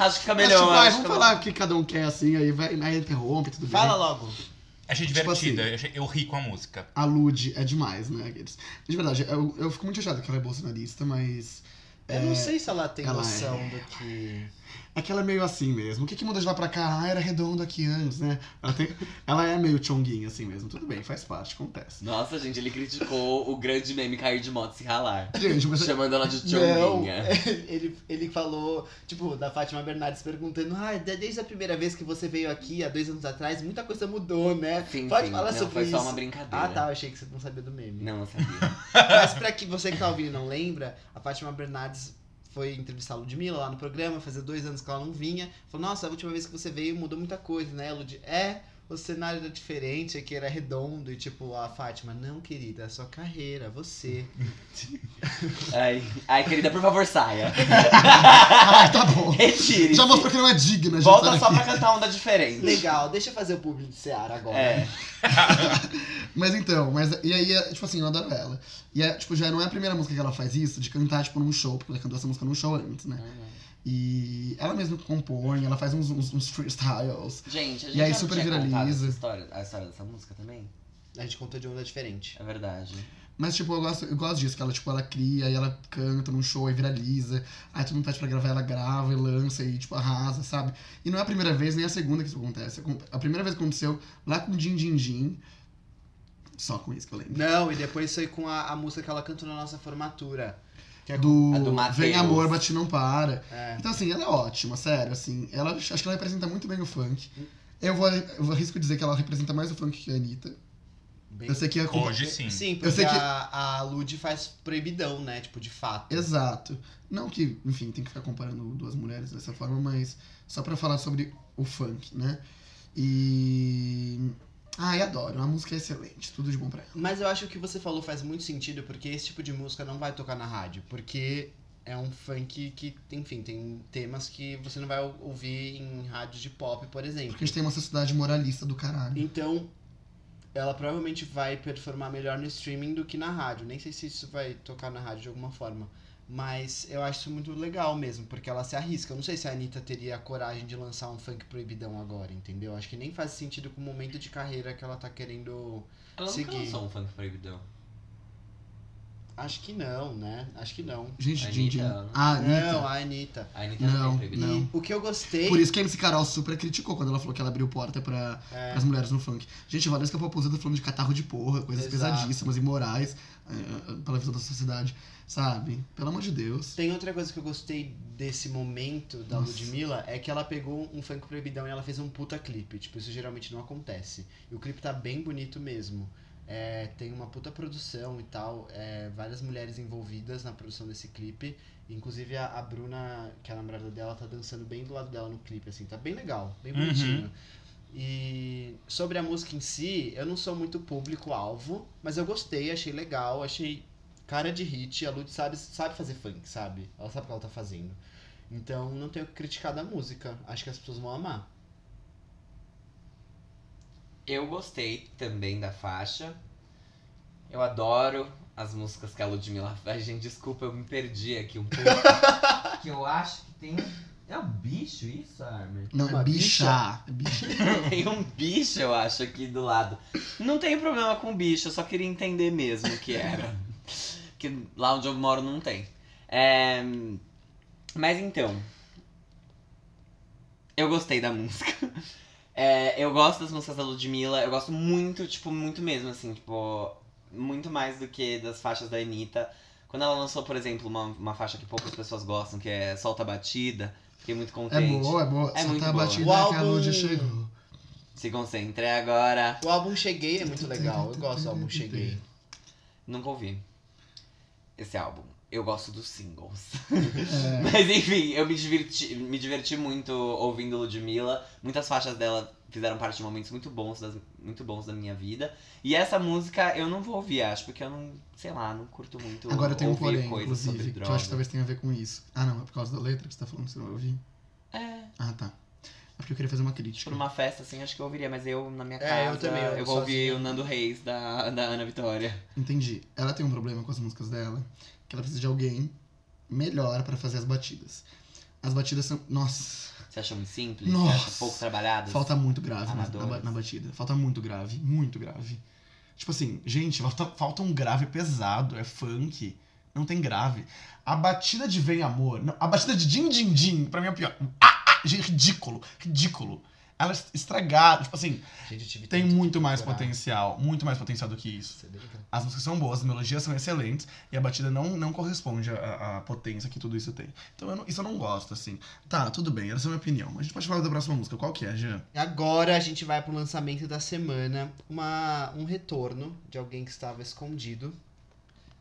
[SPEAKER 2] Acho que fica
[SPEAKER 4] Mas,
[SPEAKER 2] melhor.
[SPEAKER 4] tipo, vai,
[SPEAKER 2] acho
[SPEAKER 4] vamos
[SPEAKER 2] que
[SPEAKER 4] falar o que cada um quer assim, aí, vai, aí interrompe, tudo bem.
[SPEAKER 3] Fala logo.
[SPEAKER 1] Achei
[SPEAKER 4] Tipo
[SPEAKER 1] divertida,
[SPEAKER 4] assim.
[SPEAKER 1] eu achei- eu ri com a música.
[SPEAKER 4] A Lud é demais, né? aqueles. De verdade, eu, eu fico muito chateado que ela é bolsonarista, mas.
[SPEAKER 3] Eu não sei se ela tem
[SPEAKER 4] ela
[SPEAKER 3] noção
[SPEAKER 4] é.
[SPEAKER 3] do que.
[SPEAKER 4] Aquela é meio assim mesmo. O que, que muda de lá pra cá? Ah, era redondo aqui antes, né? Ela, tem- ela é meio chonguinha assim mesmo. Tudo bem, faz parte, acontece.
[SPEAKER 2] Nossa, gente, ele criticou o grande meme cair de moto e se ralar.
[SPEAKER 4] Gente, mas
[SPEAKER 2] Chamando ela de
[SPEAKER 3] Não,
[SPEAKER 2] Chonguinha.
[SPEAKER 3] ele, ele falou, tipo, da Fátima Bernardes perguntando: Ah, de- desde a primeira vez que você veio aqui, há dois anos atrás, muita coisa mudou, né?
[SPEAKER 2] Sim,
[SPEAKER 3] Pode
[SPEAKER 2] sim.
[SPEAKER 3] falar
[SPEAKER 2] não,
[SPEAKER 3] sobre
[SPEAKER 2] foi só
[SPEAKER 3] isso.
[SPEAKER 2] uma brincadeira.
[SPEAKER 3] Ah, tá, eu achei que você não sabia do meme.
[SPEAKER 2] Não, eu sabia.
[SPEAKER 3] Mas pra que você que tá ouvindo e não lembra, a Fátima Bernardes foi entrevistar a Ludmilla lá no programa, fazia dois anos que ela não vinha. Falou, nossa, a última vez que você veio mudou muita coisa, né, Lud? É, o cenário era diferente, aqui era redondo. E tipo, a Fátima, não, querida, é a sua carreira, você.
[SPEAKER 2] Ai, ai, querida, por favor, saia.
[SPEAKER 4] Ah, tá bom.
[SPEAKER 2] Retire.
[SPEAKER 4] Já mostrou que não é digna, gente.
[SPEAKER 2] Volta
[SPEAKER 4] olha
[SPEAKER 2] só
[SPEAKER 4] aqui.
[SPEAKER 2] pra cantar onda diferente.
[SPEAKER 3] Legal, deixa eu fazer o público de Seara agora.
[SPEAKER 2] É.
[SPEAKER 4] Mas então, mas e aí, é, tipo assim, eu adoro ela. E é, tipo, já não é a primeira música que ela faz isso, de cantar, tipo, num show, porque ela cantou essa música num show antes, né? E ela mesma compõe, ela faz uns, uns, uns freestyles.
[SPEAKER 2] Gente, a
[SPEAKER 4] E
[SPEAKER 2] gente já
[SPEAKER 4] aí
[SPEAKER 2] não
[SPEAKER 4] super
[SPEAKER 2] tinha
[SPEAKER 4] viraliza.
[SPEAKER 2] contado essa história, a história dessa música também?
[SPEAKER 3] A gente contou de uma onda diferente.
[SPEAKER 2] É verdade.
[SPEAKER 4] Mas, tipo, eu gosto, eu gosto disso, que ela, tipo, ela cria, e ela canta num show, e viraliza. Aí todo mundo pede pra gravar, ela grava, e lança, e, tipo, arrasa, sabe? E não é a primeira vez, nem a segunda que isso acontece. Acon- A primeira vez que aconteceu, lá com Din Din Din. Só com isso que eu lembro.
[SPEAKER 3] Não, e depois foi com a, a música que ela cantou na nossa formatura. Que é
[SPEAKER 4] Do,
[SPEAKER 2] a do Mateus.
[SPEAKER 4] Vem Amor, Bate Não Para.
[SPEAKER 3] É.
[SPEAKER 4] Então, assim, ela é ótima, sério, assim. Ela, acho que ela representa muito bem o funk. Eu vou, eu arrisco dizer que ela representa mais o funk que a Anitta.
[SPEAKER 3] bem-
[SPEAKER 4] Eu sei que é culpa-
[SPEAKER 1] Hoje sim.
[SPEAKER 3] Sim,
[SPEAKER 4] Eu
[SPEAKER 3] porque
[SPEAKER 4] sei que-
[SPEAKER 3] a, a Lud faz proibidão, né? Tipo, de fato.
[SPEAKER 4] Exato. Não que, enfim, tem que ficar comparando duas mulheres dessa forma, mas só pra falar sobre o funk, né? E. Ai, adoro. A música é excelente. Tudo de bom pra ela.
[SPEAKER 3] Mas eu acho que o que você falou faz muito sentido, porque esse tipo de música não vai tocar na rádio, porque é um funk que, enfim, tem temas que você não vai ou- ouvir em rádio de pop, por exemplo.
[SPEAKER 4] Porque a gente tem uma sociedade moralista do caralho.
[SPEAKER 3] Então, ela provavelmente vai performar melhor no streaming do que na rádio. Nem sei se isso vai tocar na rádio de alguma forma. Mas eu acho isso muito legal mesmo, porque ela se arrisca. Eu não sei se a Anitta teria a coragem de lançar um funk proibidão agora, entendeu? Acho que nem faz sentido com o momento de carreira que ela tá querendo.
[SPEAKER 2] Ela nunca
[SPEAKER 3] Segui.
[SPEAKER 2] lançou um funk proibidão.
[SPEAKER 3] Acho que não, né? Acho que não.
[SPEAKER 4] Gente,
[SPEAKER 2] A
[SPEAKER 4] Din Din.
[SPEAKER 2] Anitta.
[SPEAKER 4] Ah,
[SPEAKER 3] Não,
[SPEAKER 4] Anitta.
[SPEAKER 3] a Anitta.
[SPEAKER 2] A Anitta não tem
[SPEAKER 4] Não,
[SPEAKER 2] proibidão.
[SPEAKER 4] não.
[SPEAKER 3] O que eu gostei.
[SPEAKER 4] Por isso que a MC Carol super criticou quando ela falou que ela abriu porta pra,
[SPEAKER 3] É.
[SPEAKER 4] pras mulheres no funk. Gente, a Valesca Popozuda falando de catarro de porra, coisas
[SPEAKER 3] Exato.
[SPEAKER 4] pesadíssimas, imorais, eh, pela visão da sociedade, sabe? Pelo amor de Deus.
[SPEAKER 3] Tem outra coisa que eu gostei desse momento da
[SPEAKER 4] Nossa.
[SPEAKER 3] Ludmilla é que ela pegou um funk proibidão e ela fez um puta clipe. Tipo, isso geralmente não acontece. E o clipe tá bem bonito mesmo. É, tem uma puta produção e tal, é, várias mulheres envolvidas na produção desse clipe. Inclusive a, a Bruna, que é a namorada dela, tá dançando bem do lado dela no clipe, assim, tá bem legal, bem
[SPEAKER 1] Uhum.
[SPEAKER 3] bonitinho. E sobre a música em si, eu não sou muito público-alvo, mas eu gostei, achei legal, achei cara de hit. A Lud sabe, sabe fazer funk, sabe? Ela sabe o que ela tá fazendo. Então não tenho o que criticar da música. Acho que as pessoas vão amar.
[SPEAKER 2] Eu gostei também da faixa. Eu adoro as músicas que a Ludmilla faz. Gente, desculpa, eu me perdi aqui um pouco. que eu acho que tem. É um bicho isso, Armin?
[SPEAKER 4] Não,
[SPEAKER 3] Uma
[SPEAKER 4] é bicha. É bicha.
[SPEAKER 2] Tem um bicho, eu acho, aqui do lado. Não tenho problema com bicho, eu só queria entender mesmo o que era. que lá onde eu moro não tem. É, Mas então. Eu gostei da música. É, eu gosto das músicas da Ludmilla, eu gosto muito, tipo, muito mesmo, assim, tipo, muito mais do que das faixas da Anitta. Quando ela lançou, por exemplo, uma, uma faixa que poucas pessoas gostam, que é Solta a Batida, fiquei muito
[SPEAKER 4] É
[SPEAKER 2] contente.
[SPEAKER 4] boa, é boa.
[SPEAKER 2] É
[SPEAKER 4] Só
[SPEAKER 2] muito
[SPEAKER 4] tá
[SPEAKER 2] boa.
[SPEAKER 4] batida
[SPEAKER 3] O
[SPEAKER 4] que a
[SPEAKER 3] álbum-
[SPEAKER 4] Lud chegou.
[SPEAKER 2] Se concentre agora.
[SPEAKER 3] O álbum Cheguei é muito legal. Eu gosto do álbum Cheguei.
[SPEAKER 2] Nunca ouvi esse álbum. Eu gosto dos singles.
[SPEAKER 4] É.
[SPEAKER 2] Mas enfim, eu me diverti, me diverti muito ouvindo Ludmilla. Muitas faixas dela fizeram parte de momentos muito bons, das, muito bons da minha vida. E essa música eu não vou ouvir, acho, porque eu não, sei lá, não curto muito
[SPEAKER 4] Agora tem um
[SPEAKER 2] ouvir
[SPEAKER 4] porém,
[SPEAKER 2] coisas sobre
[SPEAKER 4] inclusive, que
[SPEAKER 2] droga.
[SPEAKER 4] eu acho que talvez tenha a ver com isso. Ah, não, é por causa da letra que você tá falando que você não ouviu.
[SPEAKER 2] É,
[SPEAKER 4] Ah, tá. É porque eu queria fazer uma
[SPEAKER 2] tipo,
[SPEAKER 4] crítica.
[SPEAKER 2] numa festa assim, acho que eu ouviria, mas eu na minha
[SPEAKER 3] É,
[SPEAKER 2] casa.
[SPEAKER 3] eu também, eu
[SPEAKER 2] vou ouvir
[SPEAKER 3] sozinho.
[SPEAKER 2] o Nando Reis da, da Ana Vitória.
[SPEAKER 4] Entendi. Ela tem um problema com as músicas dela, que ela precisa de alguém melhor pra fazer as batidas. As batidas são. Nossa,
[SPEAKER 2] Você acha muito simples?
[SPEAKER 4] Nossa.
[SPEAKER 2] Você acha pouco trabalhado?
[SPEAKER 4] falta muito grave né, na, na, ba-
[SPEAKER 2] Amadoras.
[SPEAKER 4] na batida. Falta muito grave, muito grave. Tipo assim, gente, falta, falta um grave pesado, é funk. Não tem grave. A batida de Vem Amor, não, a batida de Din Din Din, pra mim é o pior. Ah, ah, gente, ridículo, ridículo. Ela est- estragada, tipo assim,
[SPEAKER 3] Gente, eu tive
[SPEAKER 4] tem
[SPEAKER 3] tanto
[SPEAKER 4] muito
[SPEAKER 3] que
[SPEAKER 4] mais
[SPEAKER 3] procurar.
[SPEAKER 4] potencial, muito mais potencial do que isso.
[SPEAKER 3] Você deu pra-
[SPEAKER 4] As músicas são boas, as melodias são excelentes e a batida não, não corresponde à, à potência que tudo isso tem. Então eu não- isso eu não gosto, assim. Tá, tudo bem, essa é a minha opinião. A gente pode falar da próxima música. Qual que é, Jean?
[SPEAKER 3] Agora a gente vai pro lançamento da semana. Uma, um retorno de alguém que estava escondido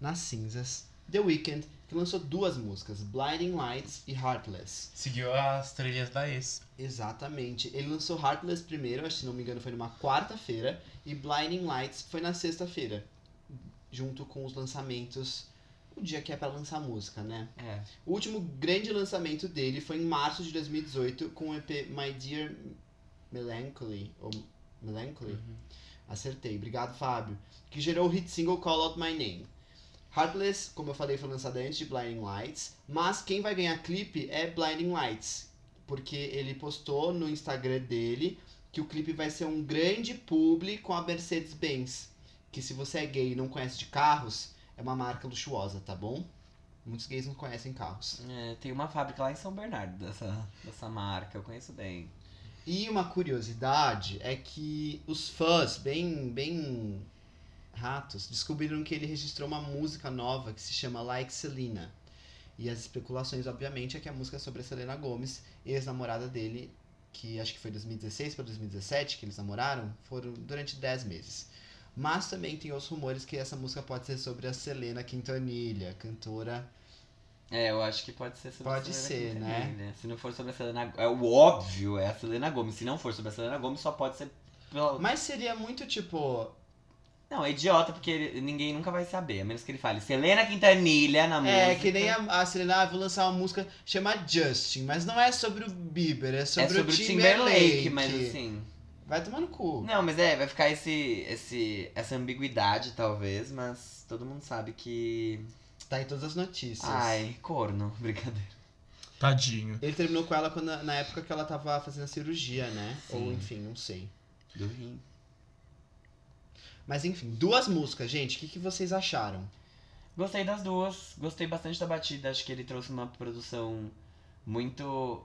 [SPEAKER 3] nas cinzas. The Weeknd, que lançou duas músicas, Blinding Lights e Heartless.
[SPEAKER 1] Seguiu as trilhas da ex.
[SPEAKER 3] Exatamente. Ele lançou Heartless primeiro, acho que se não me engano foi numa quarta-feira, e Blinding Lights foi na sexta-feira, junto com os lançamentos, o dia que é pra lançar música, né?
[SPEAKER 2] É.
[SPEAKER 3] O último grande lançamento dele foi em março de 2018 com o EP My Dear Melancholy, ou Melancholy?
[SPEAKER 2] Hum.
[SPEAKER 3] Acertei, obrigado Fábio, que gerou o hit single Call Out My Name. Heartless, como eu falei, foi lançada antes de Blinding Lights, mas quem vai ganhar clipe é Blinding Lights, porque ele postou no Instagram dele que o clipe vai ser um grande publi com a Mercedes-Benz, que se você é gay e não conhece de carros, é uma marca luxuosa, tá bom? Muitos gays não conhecem carros.
[SPEAKER 2] É, tem uma fábrica lá em São Bernardo dessa, dessa marca, eu conheço bem.
[SPEAKER 3] E uma curiosidade é que os fãs, bem, bem ratos, descobriram que ele registrou uma música nova que se chama Like Selena. E as especulações, obviamente, é que a música é sobre a Selena Gomes, ex-namorada dele, que acho que foi 2016 para 2017 que eles namoraram, foram durante 10 meses. Mas também tem os rumores que essa música pode ser sobre a Selena Quintanilha, cantora
[SPEAKER 2] É, eu acho que pode ser sobre
[SPEAKER 3] Pode
[SPEAKER 2] a
[SPEAKER 3] ser,
[SPEAKER 2] Selena
[SPEAKER 3] né?
[SPEAKER 2] Quintanilha. Se não for sobre a Selena É o óbvio, é a Selena Gomes. Se não for sobre a Selena Gomes, só pode ser pela.
[SPEAKER 3] Mas seria muito tipo.
[SPEAKER 2] Não, é idiota, porque ele- ninguém nunca vai saber. A menos que ele fale Selena Quintanilha na música.
[SPEAKER 3] É, que nem
[SPEAKER 2] né?
[SPEAKER 3] a, a Selena, ah, vou lançar uma música chamada Justin, mas não é sobre o Bieber, é sobre,
[SPEAKER 2] é sobre o
[SPEAKER 3] Timberlake.
[SPEAKER 2] Timberlake, mas assim.
[SPEAKER 3] Vai tomar no cu.
[SPEAKER 2] Não, mas é, vai ficar esse, esse, essa ambiguidade, talvez, mas todo mundo sabe que.
[SPEAKER 3] Tá em todas as notícias.
[SPEAKER 2] Ai, corno, brincadeira.
[SPEAKER 4] Tadinho.
[SPEAKER 3] Ele terminou com ela quando- na época que ela tava fazendo a cirurgia, né?
[SPEAKER 2] Sim.
[SPEAKER 3] Ou enfim, não sei.
[SPEAKER 2] Do rim.
[SPEAKER 3] Mas enfim, duas músicas, gente. O que, que vocês acharam?
[SPEAKER 2] Gostei das duas, gostei bastante da batida, acho que ele trouxe uma produção muito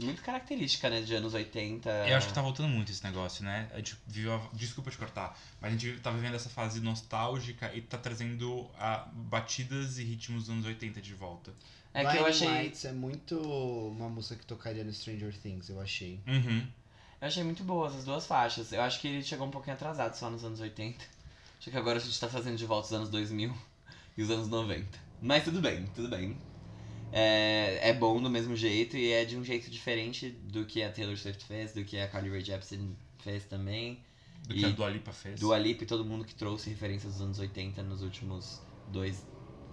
[SPEAKER 2] muito característica, né, de anos 80.
[SPEAKER 1] Eu acho que tá voltando muito esse negócio, né? A gente viu a... Desculpa te cortar, mas a gente tá vivendo essa fase nostálgica e tá trazendo ah, batidas e ritmos dos anos 80 de volta.
[SPEAKER 2] É que eu
[SPEAKER 3] Blinding
[SPEAKER 2] achei,
[SPEAKER 3] Lights é muito uma música que tocaria no Stranger Things, eu achei.
[SPEAKER 1] Uhum.
[SPEAKER 2] eu achei muito boas as duas faixas. Eu acho que ele chegou um pouquinho atrasado só nos anos 80. Acho que agora a gente tá fazendo de volta os anos 2000 e os anos 90. Mas tudo bem, tudo bem. É, é bom do mesmo jeito e é de um jeito diferente do que a Taylor Swift fez, do que a Carly Rae Jepsen fez também.
[SPEAKER 1] Do
[SPEAKER 2] E
[SPEAKER 1] que a Dua Lipa fez.
[SPEAKER 2] Dua Lipa e todo mundo que trouxe referências dos anos 80 nos últimos dois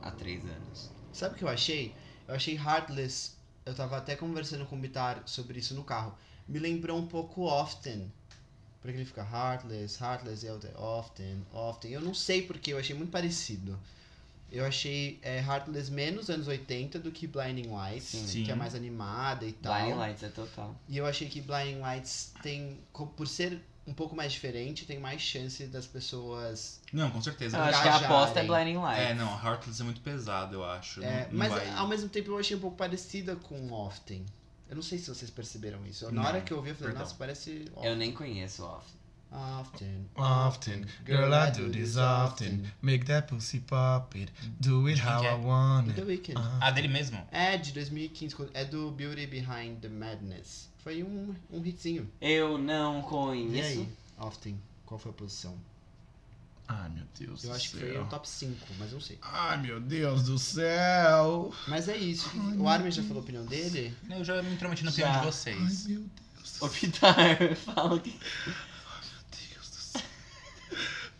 [SPEAKER 2] a três anos.
[SPEAKER 3] Sabe o que eu achei? Eu achei Heartless. Eu tava até conversando com o Bitar sobre isso no carro. Me lembrou um pouco Often. Porque ele é fica Heartless, Heartless, e eu- Often, Often. Eu não sei porque, eu achei muito parecido. Eu achei é, Heartless menos anos 80 do que Blinding Lights,
[SPEAKER 1] Sim.
[SPEAKER 3] que é mais animada e tal.
[SPEAKER 2] Blind Lights é total.
[SPEAKER 3] E eu achei que Blinding Lights tem, co- por ser um pouco mais diferente, tem mais chance das pessoas.
[SPEAKER 1] Não, com certeza.
[SPEAKER 2] Eu acho que a
[SPEAKER 3] engajarem.
[SPEAKER 2] aposta é Blinding Lights.
[SPEAKER 1] Tá É, não, Heartless é muito pesado, eu acho.
[SPEAKER 3] É,
[SPEAKER 1] Não- não
[SPEAKER 3] mas
[SPEAKER 1] vai-
[SPEAKER 3] ao mesmo tempo eu achei um pouco parecida com Often. Eu não sei se vocês perceberam isso. Na
[SPEAKER 1] Não,
[SPEAKER 3] hora que eu ouvi, eu falei,
[SPEAKER 1] perdão.
[SPEAKER 3] nossa, parece Often.
[SPEAKER 2] Eu nem conheço o Off.
[SPEAKER 3] Often.
[SPEAKER 4] Often, girl, I do this often. Make that pussy pop it. Do it how I want
[SPEAKER 3] Do The
[SPEAKER 4] it.
[SPEAKER 3] Weeknd.
[SPEAKER 4] Ah.
[SPEAKER 1] Ah, dele mesmo?
[SPEAKER 3] É de 2015, quando- é do Beauty Behind the Madness. Foi um, um hitzinho.
[SPEAKER 2] Eu não
[SPEAKER 3] E
[SPEAKER 2] conheço.
[SPEAKER 3] aí, Often, qual foi a posição?
[SPEAKER 4] Ai, meu Deus
[SPEAKER 3] Eu
[SPEAKER 4] do
[SPEAKER 3] acho que foi
[SPEAKER 4] céu.
[SPEAKER 3] o top 5, mas não sei.
[SPEAKER 4] Ai, meu Deus do céu.
[SPEAKER 3] Mas é isso. O Armin já falou a opinião dele?
[SPEAKER 1] Eu já me intrometi na opinião
[SPEAKER 2] Já.
[SPEAKER 1] de
[SPEAKER 4] Ai,
[SPEAKER 1] vocês.
[SPEAKER 4] meu Deus do
[SPEAKER 2] Ô,
[SPEAKER 4] céu.
[SPEAKER 2] Pitar, fala que.
[SPEAKER 4] Meu Deus do céu.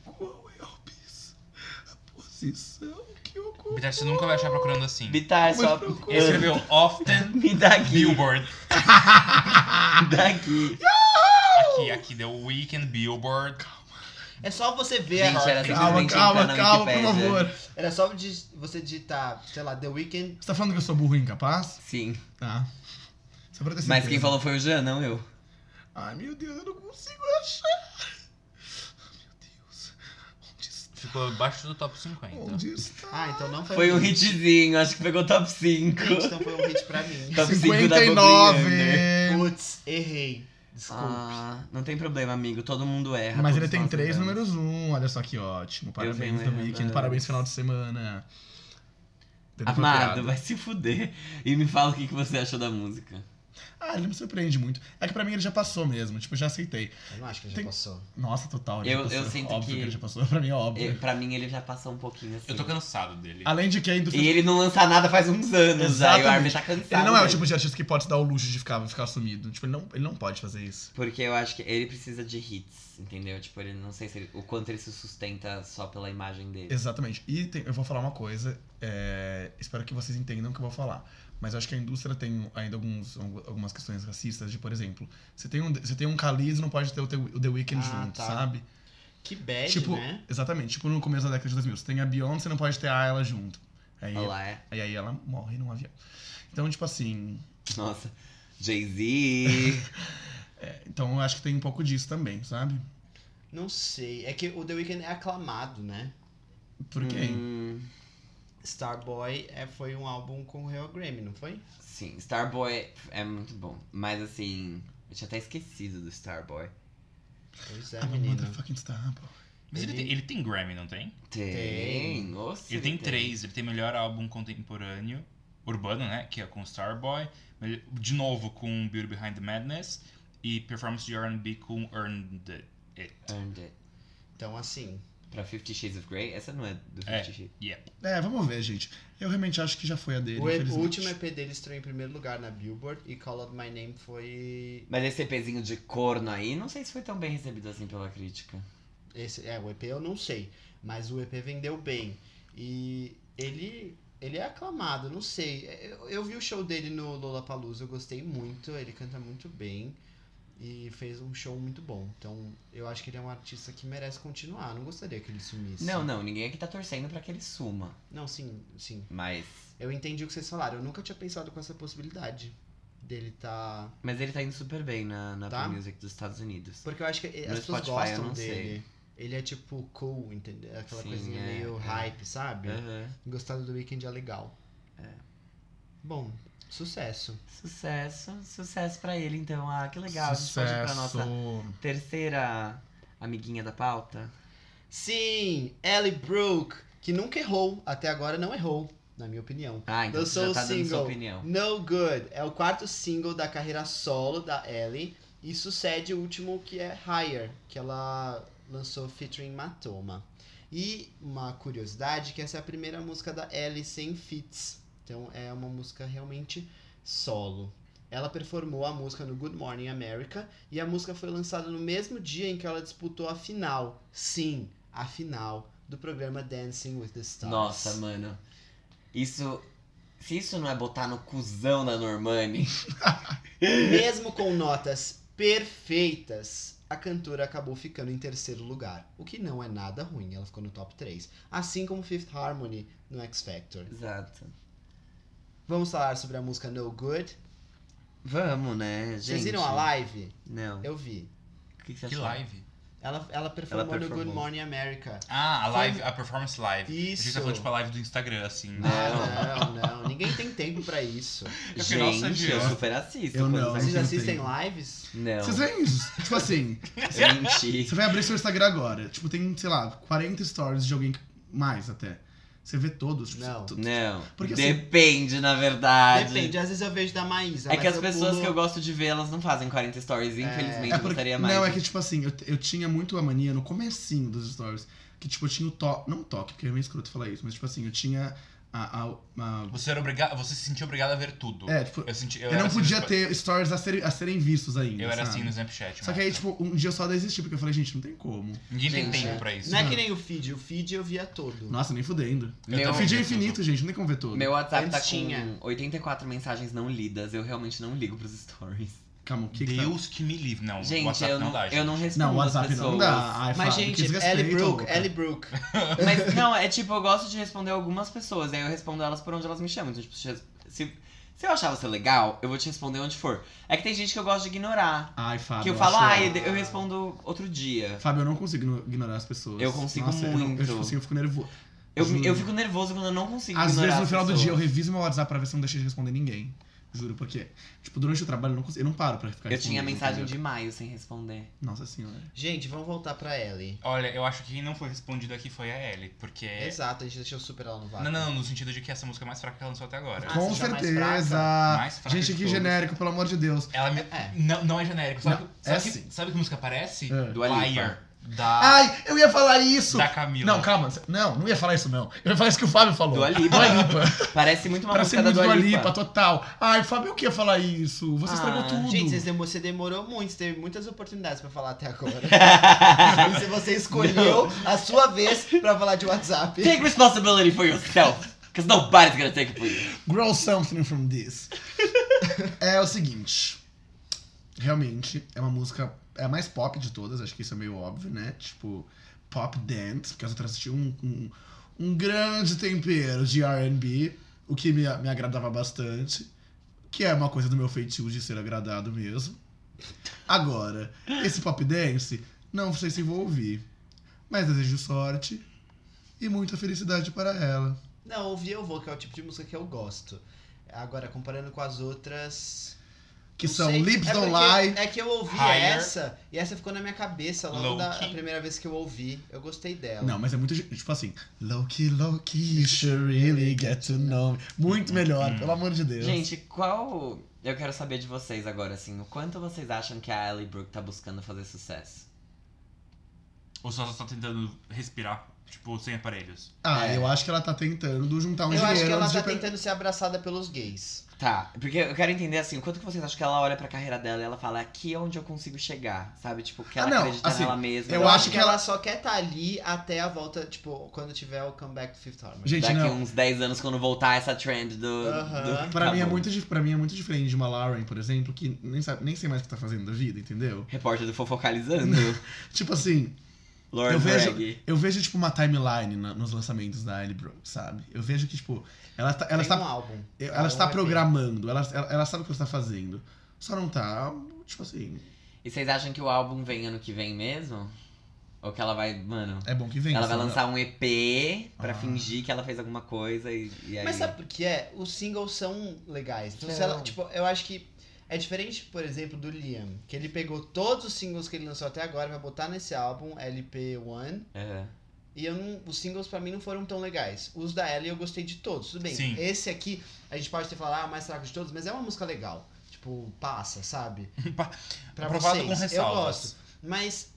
[SPEAKER 4] Qual é a pis- a posição que ocorre?
[SPEAKER 1] Bitar, você nunca vai achar procurando assim.
[SPEAKER 2] Bitar, só.
[SPEAKER 1] Ele escreveu Often
[SPEAKER 2] um Me dá aqui.
[SPEAKER 1] Billboard.
[SPEAKER 2] Me dá aqui.
[SPEAKER 1] Aqui, aqui, The Weekend Billboard.
[SPEAKER 3] É só você ver.
[SPEAKER 2] Gente, era
[SPEAKER 4] Calma,
[SPEAKER 2] simplesmente entrar
[SPEAKER 4] calma,
[SPEAKER 2] na
[SPEAKER 4] calma, por
[SPEAKER 2] Wikipédia.
[SPEAKER 4] favor.
[SPEAKER 3] Era só dig- você digitar, sei lá, The Weeknd.
[SPEAKER 4] Você tá falando que eu sou burro e incapaz?
[SPEAKER 2] Sim.
[SPEAKER 4] Tá. Só pra ter
[SPEAKER 2] Mas
[SPEAKER 4] certeza.
[SPEAKER 2] quem falou foi o Jean, não eu.
[SPEAKER 4] Ai, meu Deus, eu não consigo achar. Ai, meu Deus. Onde está?
[SPEAKER 1] Ficou abaixo do top 50.
[SPEAKER 4] Onde está?
[SPEAKER 3] Ah, então não foi,
[SPEAKER 2] Foi um hitzinho, acho que pegou top 5.
[SPEAKER 3] Gente, então foi um hit pra mim.
[SPEAKER 2] Top 5 da Bobby
[SPEAKER 4] 59.
[SPEAKER 3] Putz, errei. Desculpe.
[SPEAKER 2] Ah, não tem problema, amigo. Todo mundo erra.
[SPEAKER 4] Mas
[SPEAKER 2] todos
[SPEAKER 4] ele tem
[SPEAKER 2] nós
[SPEAKER 4] três
[SPEAKER 2] erramos.
[SPEAKER 4] números um. Olha só que ótimo.
[SPEAKER 2] venho
[SPEAKER 4] Parabéns do
[SPEAKER 2] errando.
[SPEAKER 4] weekend, parabéns final de semana. Entendeu? Foi
[SPEAKER 2] Amado,
[SPEAKER 4] piada.
[SPEAKER 2] vai se fuder. E me fala o que que você achou da música.
[SPEAKER 4] Ah, ele não me surpreende muito. É que pra mim ele já passou mesmo, tipo, eu já aceitei.
[SPEAKER 3] Eu não acho que já
[SPEAKER 4] Tem-
[SPEAKER 3] passou.
[SPEAKER 4] Nossa, total, ele
[SPEAKER 2] Eu-
[SPEAKER 4] já passou.
[SPEAKER 2] eu sinto
[SPEAKER 4] óbvio
[SPEAKER 2] que-
[SPEAKER 4] ele já passou, pra mim é óbvio.
[SPEAKER 2] E, pra mim, ele já passou um pouquinho assim.
[SPEAKER 1] Eu tô cansado dele.
[SPEAKER 4] Além de que a indústria...
[SPEAKER 2] E ele não lança nada faz uns anos. Aí
[SPEAKER 4] Exatamente.
[SPEAKER 2] o Armin tá cansado.
[SPEAKER 4] Ele não é o
[SPEAKER 2] dele.
[SPEAKER 4] tipo de artista que pode se dar o luxo de ficar, ficar sumido. Tipo, ele não, ele não pode fazer isso.
[SPEAKER 2] Porque eu acho que ele precisa de hits, entendeu? Tipo, ele não sei se ele- o quanto ele se sustenta só pela imagem dele.
[SPEAKER 4] Exatamente. E tem- eu vou falar uma coisa, é, espero que vocês entendam o que eu vou falar. Mas eu acho que a indústria tem ainda alguns, algumas questões racistas, de, por exemplo, você tem um, você tem um Khaliz não pode ter o, The- o The Weeknd
[SPEAKER 3] Ah,
[SPEAKER 4] junto,
[SPEAKER 3] tá.
[SPEAKER 4] sabe?
[SPEAKER 3] Que bad,
[SPEAKER 4] tipo,
[SPEAKER 3] né?
[SPEAKER 4] exatamente, tipo no começo da década de 2000, você tem a Beyoncé não pode ter a Ayla junto. Aí,
[SPEAKER 2] Olha lá, é.
[SPEAKER 4] aí, aí ela morre num avião. Então, tipo assim,
[SPEAKER 2] Nossa. Jay-Z.
[SPEAKER 4] é, então eu acho que tem um pouco disso também, sabe?
[SPEAKER 3] Não sei. É que o The Weeknd é aclamado, né?
[SPEAKER 4] Por quê?
[SPEAKER 2] Hum,
[SPEAKER 3] Starboy é, foi um álbum com o Real Grammy, não foi?
[SPEAKER 2] sim, Starboy é muito bom. Mas assim, eu tinha até esquecido do Starboy.
[SPEAKER 3] Pois é,
[SPEAKER 4] I'm a
[SPEAKER 3] menino.
[SPEAKER 4] Ah, motherfucking star, pô.
[SPEAKER 1] Mas ele
[SPEAKER 3] Ele-
[SPEAKER 1] tem, ele tem Grammy, não tem?
[SPEAKER 2] Tem. Nossa,
[SPEAKER 1] Ele tem três. Ele tem melhor álbum contemporâneo, urbano, né? Que é com Starboy. mel- De novo com Beauty Behind the Madness. E performance de RB com Earned It.
[SPEAKER 2] Earned It.
[SPEAKER 3] Então, assim,
[SPEAKER 2] Pra Fifty Shades of Grey? Essa não é do Fifty
[SPEAKER 1] É.
[SPEAKER 2] Shades.
[SPEAKER 1] Yeah.
[SPEAKER 4] É, vamos ver, gente. Eu realmente acho que já foi a dele,
[SPEAKER 3] o, e- o
[SPEAKER 4] infelizmente.
[SPEAKER 3] último é EP dele estreou em primeiro lugar na Billboard e Call Out My Name foi.
[SPEAKER 2] Mas esse EPzinho de corno aí, não sei se foi tão bem recebido assim pela crítica.
[SPEAKER 3] Esse, é, o EP eu não sei. Mas o EP vendeu bem. E ele. Ele é aclamado, não sei. Eu, eu vi o show dele no Lollapalooza, eu gostei muito, ele canta muito bem e fez um show muito bom. Então, eu acho que ele é um artista que merece continuar. Não gostaria que ele sumisse.
[SPEAKER 2] Não, não, ninguém aqui tá torcendo pra que ele suma.
[SPEAKER 3] Não, sim, sim.
[SPEAKER 2] Mas.
[SPEAKER 3] Eu entendi o que vocês falaram. Eu nunca tinha pensado com essa possibilidade dele tá.
[SPEAKER 2] Mas ele tá indo super bem na, na
[SPEAKER 3] Tá?
[SPEAKER 2] Apple Music dos Estados Unidos.
[SPEAKER 3] Porque eu acho que eh,
[SPEAKER 2] No
[SPEAKER 3] as pessoas
[SPEAKER 2] Spotify, eu
[SPEAKER 3] gostam
[SPEAKER 2] não sei.
[SPEAKER 3] dele. Ele é tipo cool, entendeu? Aquela
[SPEAKER 2] Sim,
[SPEAKER 3] coisinha
[SPEAKER 2] é,
[SPEAKER 3] meio
[SPEAKER 2] é.
[SPEAKER 3] hype, sabe?
[SPEAKER 2] Aham.
[SPEAKER 3] Gostar do Weekend é legal.
[SPEAKER 2] É.
[SPEAKER 3] Bom, sucesso.
[SPEAKER 2] Sucesso, sucesso pra ele então. Ah, que legal. A gente pode ir pra
[SPEAKER 4] Sucesso.
[SPEAKER 2] nossa terceira amiguinha da pauta.
[SPEAKER 3] Sim, Ellie Brooke, que nunca errou, até agora não errou, na minha opinião.
[SPEAKER 2] Ah, então
[SPEAKER 3] Lançou
[SPEAKER 2] você já
[SPEAKER 3] o
[SPEAKER 2] tá dando sua
[SPEAKER 3] single.
[SPEAKER 2] opinião.
[SPEAKER 3] No Good é o quarto single da carreira solo da Ellie e sucede o último que é Higher, que ela lançou featuring Matoma. E uma curiosidade que essa é a primeira música da Ellie sem feats. Então é uma música realmente solo. Ela performou a música no Good Morning America e a música foi lançada no mesmo dia em que ela disputou a final. Sim, a final do programa Dancing with the Stars.
[SPEAKER 2] Nossa, mano. Isso. Se isso não é botar no cuzão da Normani.
[SPEAKER 3] Mesmo com notas perfeitas, a cantora acabou ficando em terceiro lugar, o que não é nada ruim, ela ficou no top 3, assim como Fifth Harmony no X Factor.
[SPEAKER 2] Exato.
[SPEAKER 3] Vamos falar sobre a música No Good.
[SPEAKER 2] Vamos, né, gente?
[SPEAKER 3] Vocês viram a live?
[SPEAKER 2] Não.
[SPEAKER 3] Eu vi.
[SPEAKER 2] O que, que você
[SPEAKER 1] Que
[SPEAKER 2] achou?
[SPEAKER 1] live.
[SPEAKER 3] Ela, ela performou no
[SPEAKER 2] performou.
[SPEAKER 3] Good Morning America.
[SPEAKER 1] Ah, a
[SPEAKER 3] Foi-
[SPEAKER 1] live, a performance live. A gente
[SPEAKER 3] Isso.
[SPEAKER 1] tá falando tipo a live do Instagram, assim.
[SPEAKER 2] Não.
[SPEAKER 3] Ah, não, não. Ninguém tem tempo pra isso.
[SPEAKER 1] Eu fiquei, nossa,
[SPEAKER 2] Gente, eu
[SPEAKER 1] Diana.
[SPEAKER 2] super assisto.
[SPEAKER 4] Eu
[SPEAKER 2] quando
[SPEAKER 4] não.
[SPEAKER 2] sai-
[SPEAKER 3] Vocês
[SPEAKER 4] tem
[SPEAKER 3] assistem
[SPEAKER 4] tempo.
[SPEAKER 3] lives?
[SPEAKER 2] Não.
[SPEAKER 4] Vocês veem isso? Tipo assim,
[SPEAKER 2] Eu menti.
[SPEAKER 4] você vai abrir seu Instagram agora. Tipo, tem, sei lá, 40 stories de alguém que- mais até. Você vê todos. Tipo,
[SPEAKER 3] Não.
[SPEAKER 4] tu-
[SPEAKER 2] Não.
[SPEAKER 4] Porque, assim,
[SPEAKER 2] Depende, na verdade.
[SPEAKER 3] Depende, às vezes eu vejo da Maísa.
[SPEAKER 2] Ah, É que
[SPEAKER 3] mas
[SPEAKER 2] as pessoas
[SPEAKER 3] pulo-
[SPEAKER 2] que eu gosto de ver, elas não fazem 40 stories. Infelizmente,
[SPEAKER 4] É
[SPEAKER 2] eu
[SPEAKER 4] porque,
[SPEAKER 2] gostaria mais.
[SPEAKER 4] Não, é que tipo assim, eu, eu tinha muito a mania no comecinho dos stories. Que tipo, eu tinha o toque. Não toque, porque é meio escroto falar isso, mas tipo assim, eu tinha a. a- a-
[SPEAKER 1] Você era obrigado. Você se sentia obrigado a ver tudo.
[SPEAKER 4] é, tipo, eu,
[SPEAKER 1] Eu, senti, eu,
[SPEAKER 4] não
[SPEAKER 1] era assim
[SPEAKER 4] podia
[SPEAKER 1] no-
[SPEAKER 4] ter stories a serem, a serem vistos ainda.
[SPEAKER 1] Eu era
[SPEAKER 4] sabe?
[SPEAKER 1] assim no Snapchat.
[SPEAKER 4] Só
[SPEAKER 1] mano.
[SPEAKER 4] que aí, tipo, um dia eu só desisti, porque eu falei, gente, não tem como.
[SPEAKER 1] Ninguém
[SPEAKER 2] Gente,
[SPEAKER 1] tem
[SPEAKER 3] é.
[SPEAKER 1] tempo pra isso. Hum.
[SPEAKER 3] Não é
[SPEAKER 4] Não.
[SPEAKER 3] que nem o feed, o feed eu via todo.
[SPEAKER 4] Nossa, nem fudendo.
[SPEAKER 1] Eu
[SPEAKER 2] Meu-
[SPEAKER 4] O
[SPEAKER 1] também
[SPEAKER 4] feed é
[SPEAKER 1] vi tudo.
[SPEAKER 4] infinito, gente, não tem como ver tudo.
[SPEAKER 2] Meu WhatsApp tá
[SPEAKER 3] Antes tinha.
[SPEAKER 2] com 84 mensagens não lidas. Eu realmente não ligo pros stories.
[SPEAKER 4] Calma, o que que tá-
[SPEAKER 1] Deus que me livre. Não, o
[SPEAKER 2] Gente,
[SPEAKER 1] WhatsApp
[SPEAKER 2] eu
[SPEAKER 1] não
[SPEAKER 2] não,
[SPEAKER 1] dá, gente.
[SPEAKER 2] eu não respondo
[SPEAKER 4] Não, o WhatsApp
[SPEAKER 2] as pessoas.
[SPEAKER 4] não dá.
[SPEAKER 2] é
[SPEAKER 4] Ai,
[SPEAKER 3] Mas,
[SPEAKER 4] Fala, que
[SPEAKER 3] gente,
[SPEAKER 4] desrespeito,
[SPEAKER 3] Ellie Brooke,
[SPEAKER 4] louca.
[SPEAKER 3] Ellie Brooke.
[SPEAKER 2] Mas não, é tipo, eu gosto de responder algumas pessoas, aí eu respondo elas por onde elas me chamam. Então, tipo, se, se- se eu achar você legal, eu vou te responder onde for. É que tem gente que eu gosto de ignorar.
[SPEAKER 4] Ai, Fábio.
[SPEAKER 2] que eu falo,
[SPEAKER 4] acho-
[SPEAKER 2] ah, eu- eu respondo outro dia.
[SPEAKER 4] Fábio, eu não consigo igno- ignorar as pessoas.
[SPEAKER 2] Eu consigo
[SPEAKER 4] Nossa, eu não-
[SPEAKER 2] muito.
[SPEAKER 4] Eu, tipo assim, eu fico nervoso.
[SPEAKER 2] Eu,
[SPEAKER 4] Juro.
[SPEAKER 2] eu fico nervoso quando eu não consigo
[SPEAKER 4] Às
[SPEAKER 2] ignorar
[SPEAKER 4] vezes no
[SPEAKER 2] as
[SPEAKER 4] final do
[SPEAKER 2] pessoas.
[SPEAKER 4] dia eu reviso meu WhatsApp pra ver se eu não deixei de responder ninguém. Juro, porque, tipo, durante o trabalho eu não, consigo, eu não paro pra ficar
[SPEAKER 2] Eu tinha
[SPEAKER 4] respondendo,
[SPEAKER 2] mensagem
[SPEAKER 4] entendeu?
[SPEAKER 2] de maio sem responder.
[SPEAKER 4] Nossa senhora.
[SPEAKER 3] Gente, vamos voltar pra Ellie.
[SPEAKER 1] Olha, eu acho que quem não foi respondido aqui foi a Ellie, porque. é
[SPEAKER 4] É.
[SPEAKER 3] Exato, a gente deixou super ela no vácuo.
[SPEAKER 1] Não, não, no sentido de que essa música é mais fraca que ela lançou até agora.
[SPEAKER 3] Ah,
[SPEAKER 4] Com
[SPEAKER 3] seja mais
[SPEAKER 4] certeza!
[SPEAKER 1] Mais fraca
[SPEAKER 4] Gente,
[SPEAKER 1] de
[SPEAKER 4] que
[SPEAKER 1] todas.
[SPEAKER 4] genérico, pelo amor de Deus.
[SPEAKER 1] Ela me...
[SPEAKER 3] É.
[SPEAKER 1] Não, não é genérico. Sabe,
[SPEAKER 4] Não,
[SPEAKER 1] que- sabe
[SPEAKER 4] é
[SPEAKER 1] que,
[SPEAKER 4] sim.
[SPEAKER 1] sabe que música parece?
[SPEAKER 4] É.
[SPEAKER 2] Dua Lipa.
[SPEAKER 1] Liar. Da,
[SPEAKER 4] Ai, eu ia falar isso!
[SPEAKER 1] da Camila.
[SPEAKER 4] Não, calma. Não, não ia falar isso não. Eu ia falar isso que o Fábio falou.
[SPEAKER 2] Dua Lipa.
[SPEAKER 4] Dua Lipa.
[SPEAKER 2] Parece muito uma
[SPEAKER 4] Parece
[SPEAKER 2] música da
[SPEAKER 4] muito
[SPEAKER 2] Dua Lipa.
[SPEAKER 4] total. Ai, Fábio, eu que ia falar isso. Você
[SPEAKER 2] Ah,
[SPEAKER 4] estragou tudo.
[SPEAKER 3] Gente, vocês demo- você demorou muito, você teve muitas oportunidades pra falar até agora. e se você escolheu a sua vez pra falar de WhatsApp.
[SPEAKER 2] Take responsibility for yourself. Because nobody's gonna take it for you.
[SPEAKER 4] Grow something from this. é o seguinte. Realmente, é uma música. É a mais pop de todas, acho que isso é meio óbvio, né? Tipo, pop dance, porque as outras tinham um, um, um grande tempero de RB, o que me, me agradava bastante. Que é uma coisa do meu feitio de ser agradado mesmo. Agora, esse pop dance, não sei se vou ouvir. Mas desejo sorte e muita felicidade para ela.
[SPEAKER 3] Não, ouvir eu vou, que é o tipo de música que eu gosto. Agora, comparando com as outras.
[SPEAKER 4] Que
[SPEAKER 3] não
[SPEAKER 4] são
[SPEAKER 3] sei.
[SPEAKER 4] Lips
[SPEAKER 3] é
[SPEAKER 4] Don't
[SPEAKER 3] porque-
[SPEAKER 4] Lie.
[SPEAKER 3] É que eu ouvi
[SPEAKER 1] Higher.
[SPEAKER 3] essa, e essa ficou na minha cabeça logo
[SPEAKER 1] Low
[SPEAKER 3] da
[SPEAKER 1] Key.
[SPEAKER 3] a primeira vez que eu ouvi. Eu gostei dela.
[SPEAKER 4] Não, mas é muito. Tipo assim. Loki, Loki, you should really get to know me. Muito melhor, pelo amor de Deus.
[SPEAKER 2] Hum. Gente, qual. Eu quero saber de vocês agora, assim, o quanto vocês acham que a Ellie Brooke tá buscando fazer sucesso?
[SPEAKER 1] Ou só tá tentando respirar, tipo, sem aparelhos.
[SPEAKER 4] Ah,
[SPEAKER 2] É.
[SPEAKER 4] eu acho que ela tá tentando juntar um
[SPEAKER 3] eu
[SPEAKER 4] dinheiro.
[SPEAKER 3] acho que ela
[SPEAKER 4] antes
[SPEAKER 3] tá
[SPEAKER 4] de per-
[SPEAKER 3] tentando ser abraçada pelos gays.
[SPEAKER 2] Tá, porque eu quero entender, assim, o quanto que vocês acham que ela olha pra carreira dela e ela fala, aqui é onde eu consigo chegar, sabe? Tipo, que ela
[SPEAKER 4] Ah, não,
[SPEAKER 2] acredita
[SPEAKER 4] assim,
[SPEAKER 2] nela mesma.
[SPEAKER 4] eu
[SPEAKER 2] ela-
[SPEAKER 4] acho que
[SPEAKER 3] ela só quer estar ali até a volta, tipo, quando tiver o comeback do Fifth Harmony.
[SPEAKER 4] Gente,
[SPEAKER 2] Daqui um
[SPEAKER 4] não.
[SPEAKER 2] uns 10 anos, quando voltar essa trend do.
[SPEAKER 3] Aham.
[SPEAKER 2] do
[SPEAKER 4] Pra mim, é
[SPEAKER 2] acabou.
[SPEAKER 4] muito, dif- pra mim é muito diferente de uma Lauren, por exemplo, que nem, sabe, nem sei mais o que tá fazendo da vida, entendeu?
[SPEAKER 2] Repórter do Fofocalizando.
[SPEAKER 4] Tipo assim,
[SPEAKER 2] Lauren
[SPEAKER 4] Eu vejo-
[SPEAKER 2] Bragg.
[SPEAKER 4] eu vejo, tipo, uma timeline na- nos lançamentos da Ellie Brooke, sabe? Eu vejo que, tipo, ela, tá, ela,
[SPEAKER 3] Tem
[SPEAKER 4] está,
[SPEAKER 3] um álbum.
[SPEAKER 4] ela está
[SPEAKER 3] Um EP.
[SPEAKER 4] programando, ela, ela, ela sabe o que ela está fazendo. Só não tá, tipo assim,
[SPEAKER 2] E vocês acham que o álbum vem ano que vem mesmo? Ou que ela vai, mano.
[SPEAKER 4] é bom que vem.
[SPEAKER 2] Ela vai
[SPEAKER 4] sabe?
[SPEAKER 2] lançar um EP pra
[SPEAKER 4] Ah.
[SPEAKER 2] fingir que ela fez alguma coisa e, e aí.
[SPEAKER 3] Mas sabe por que é? Os singles são legais. Então, se
[SPEAKER 2] São.
[SPEAKER 3] ela, tipo, eu acho que é diferente, por exemplo, do Liam, que ele pegou todos os singles que ele lançou até agora, vai botar nesse álbum LP1,
[SPEAKER 2] Aham.
[SPEAKER 3] e eu não, os singles pra mim não foram tão legais. Os da Ellie eu gostei de todos, tudo bem.
[SPEAKER 1] Sim.
[SPEAKER 3] Esse aqui, a gente pode ter falado, ah, mais fraco de todos, mas é uma música legal. Tipo, passa, sabe?
[SPEAKER 1] Pa-
[SPEAKER 3] pra
[SPEAKER 1] aprovado
[SPEAKER 3] vocês,
[SPEAKER 1] com ressalvas.
[SPEAKER 3] Eu gosto. Mas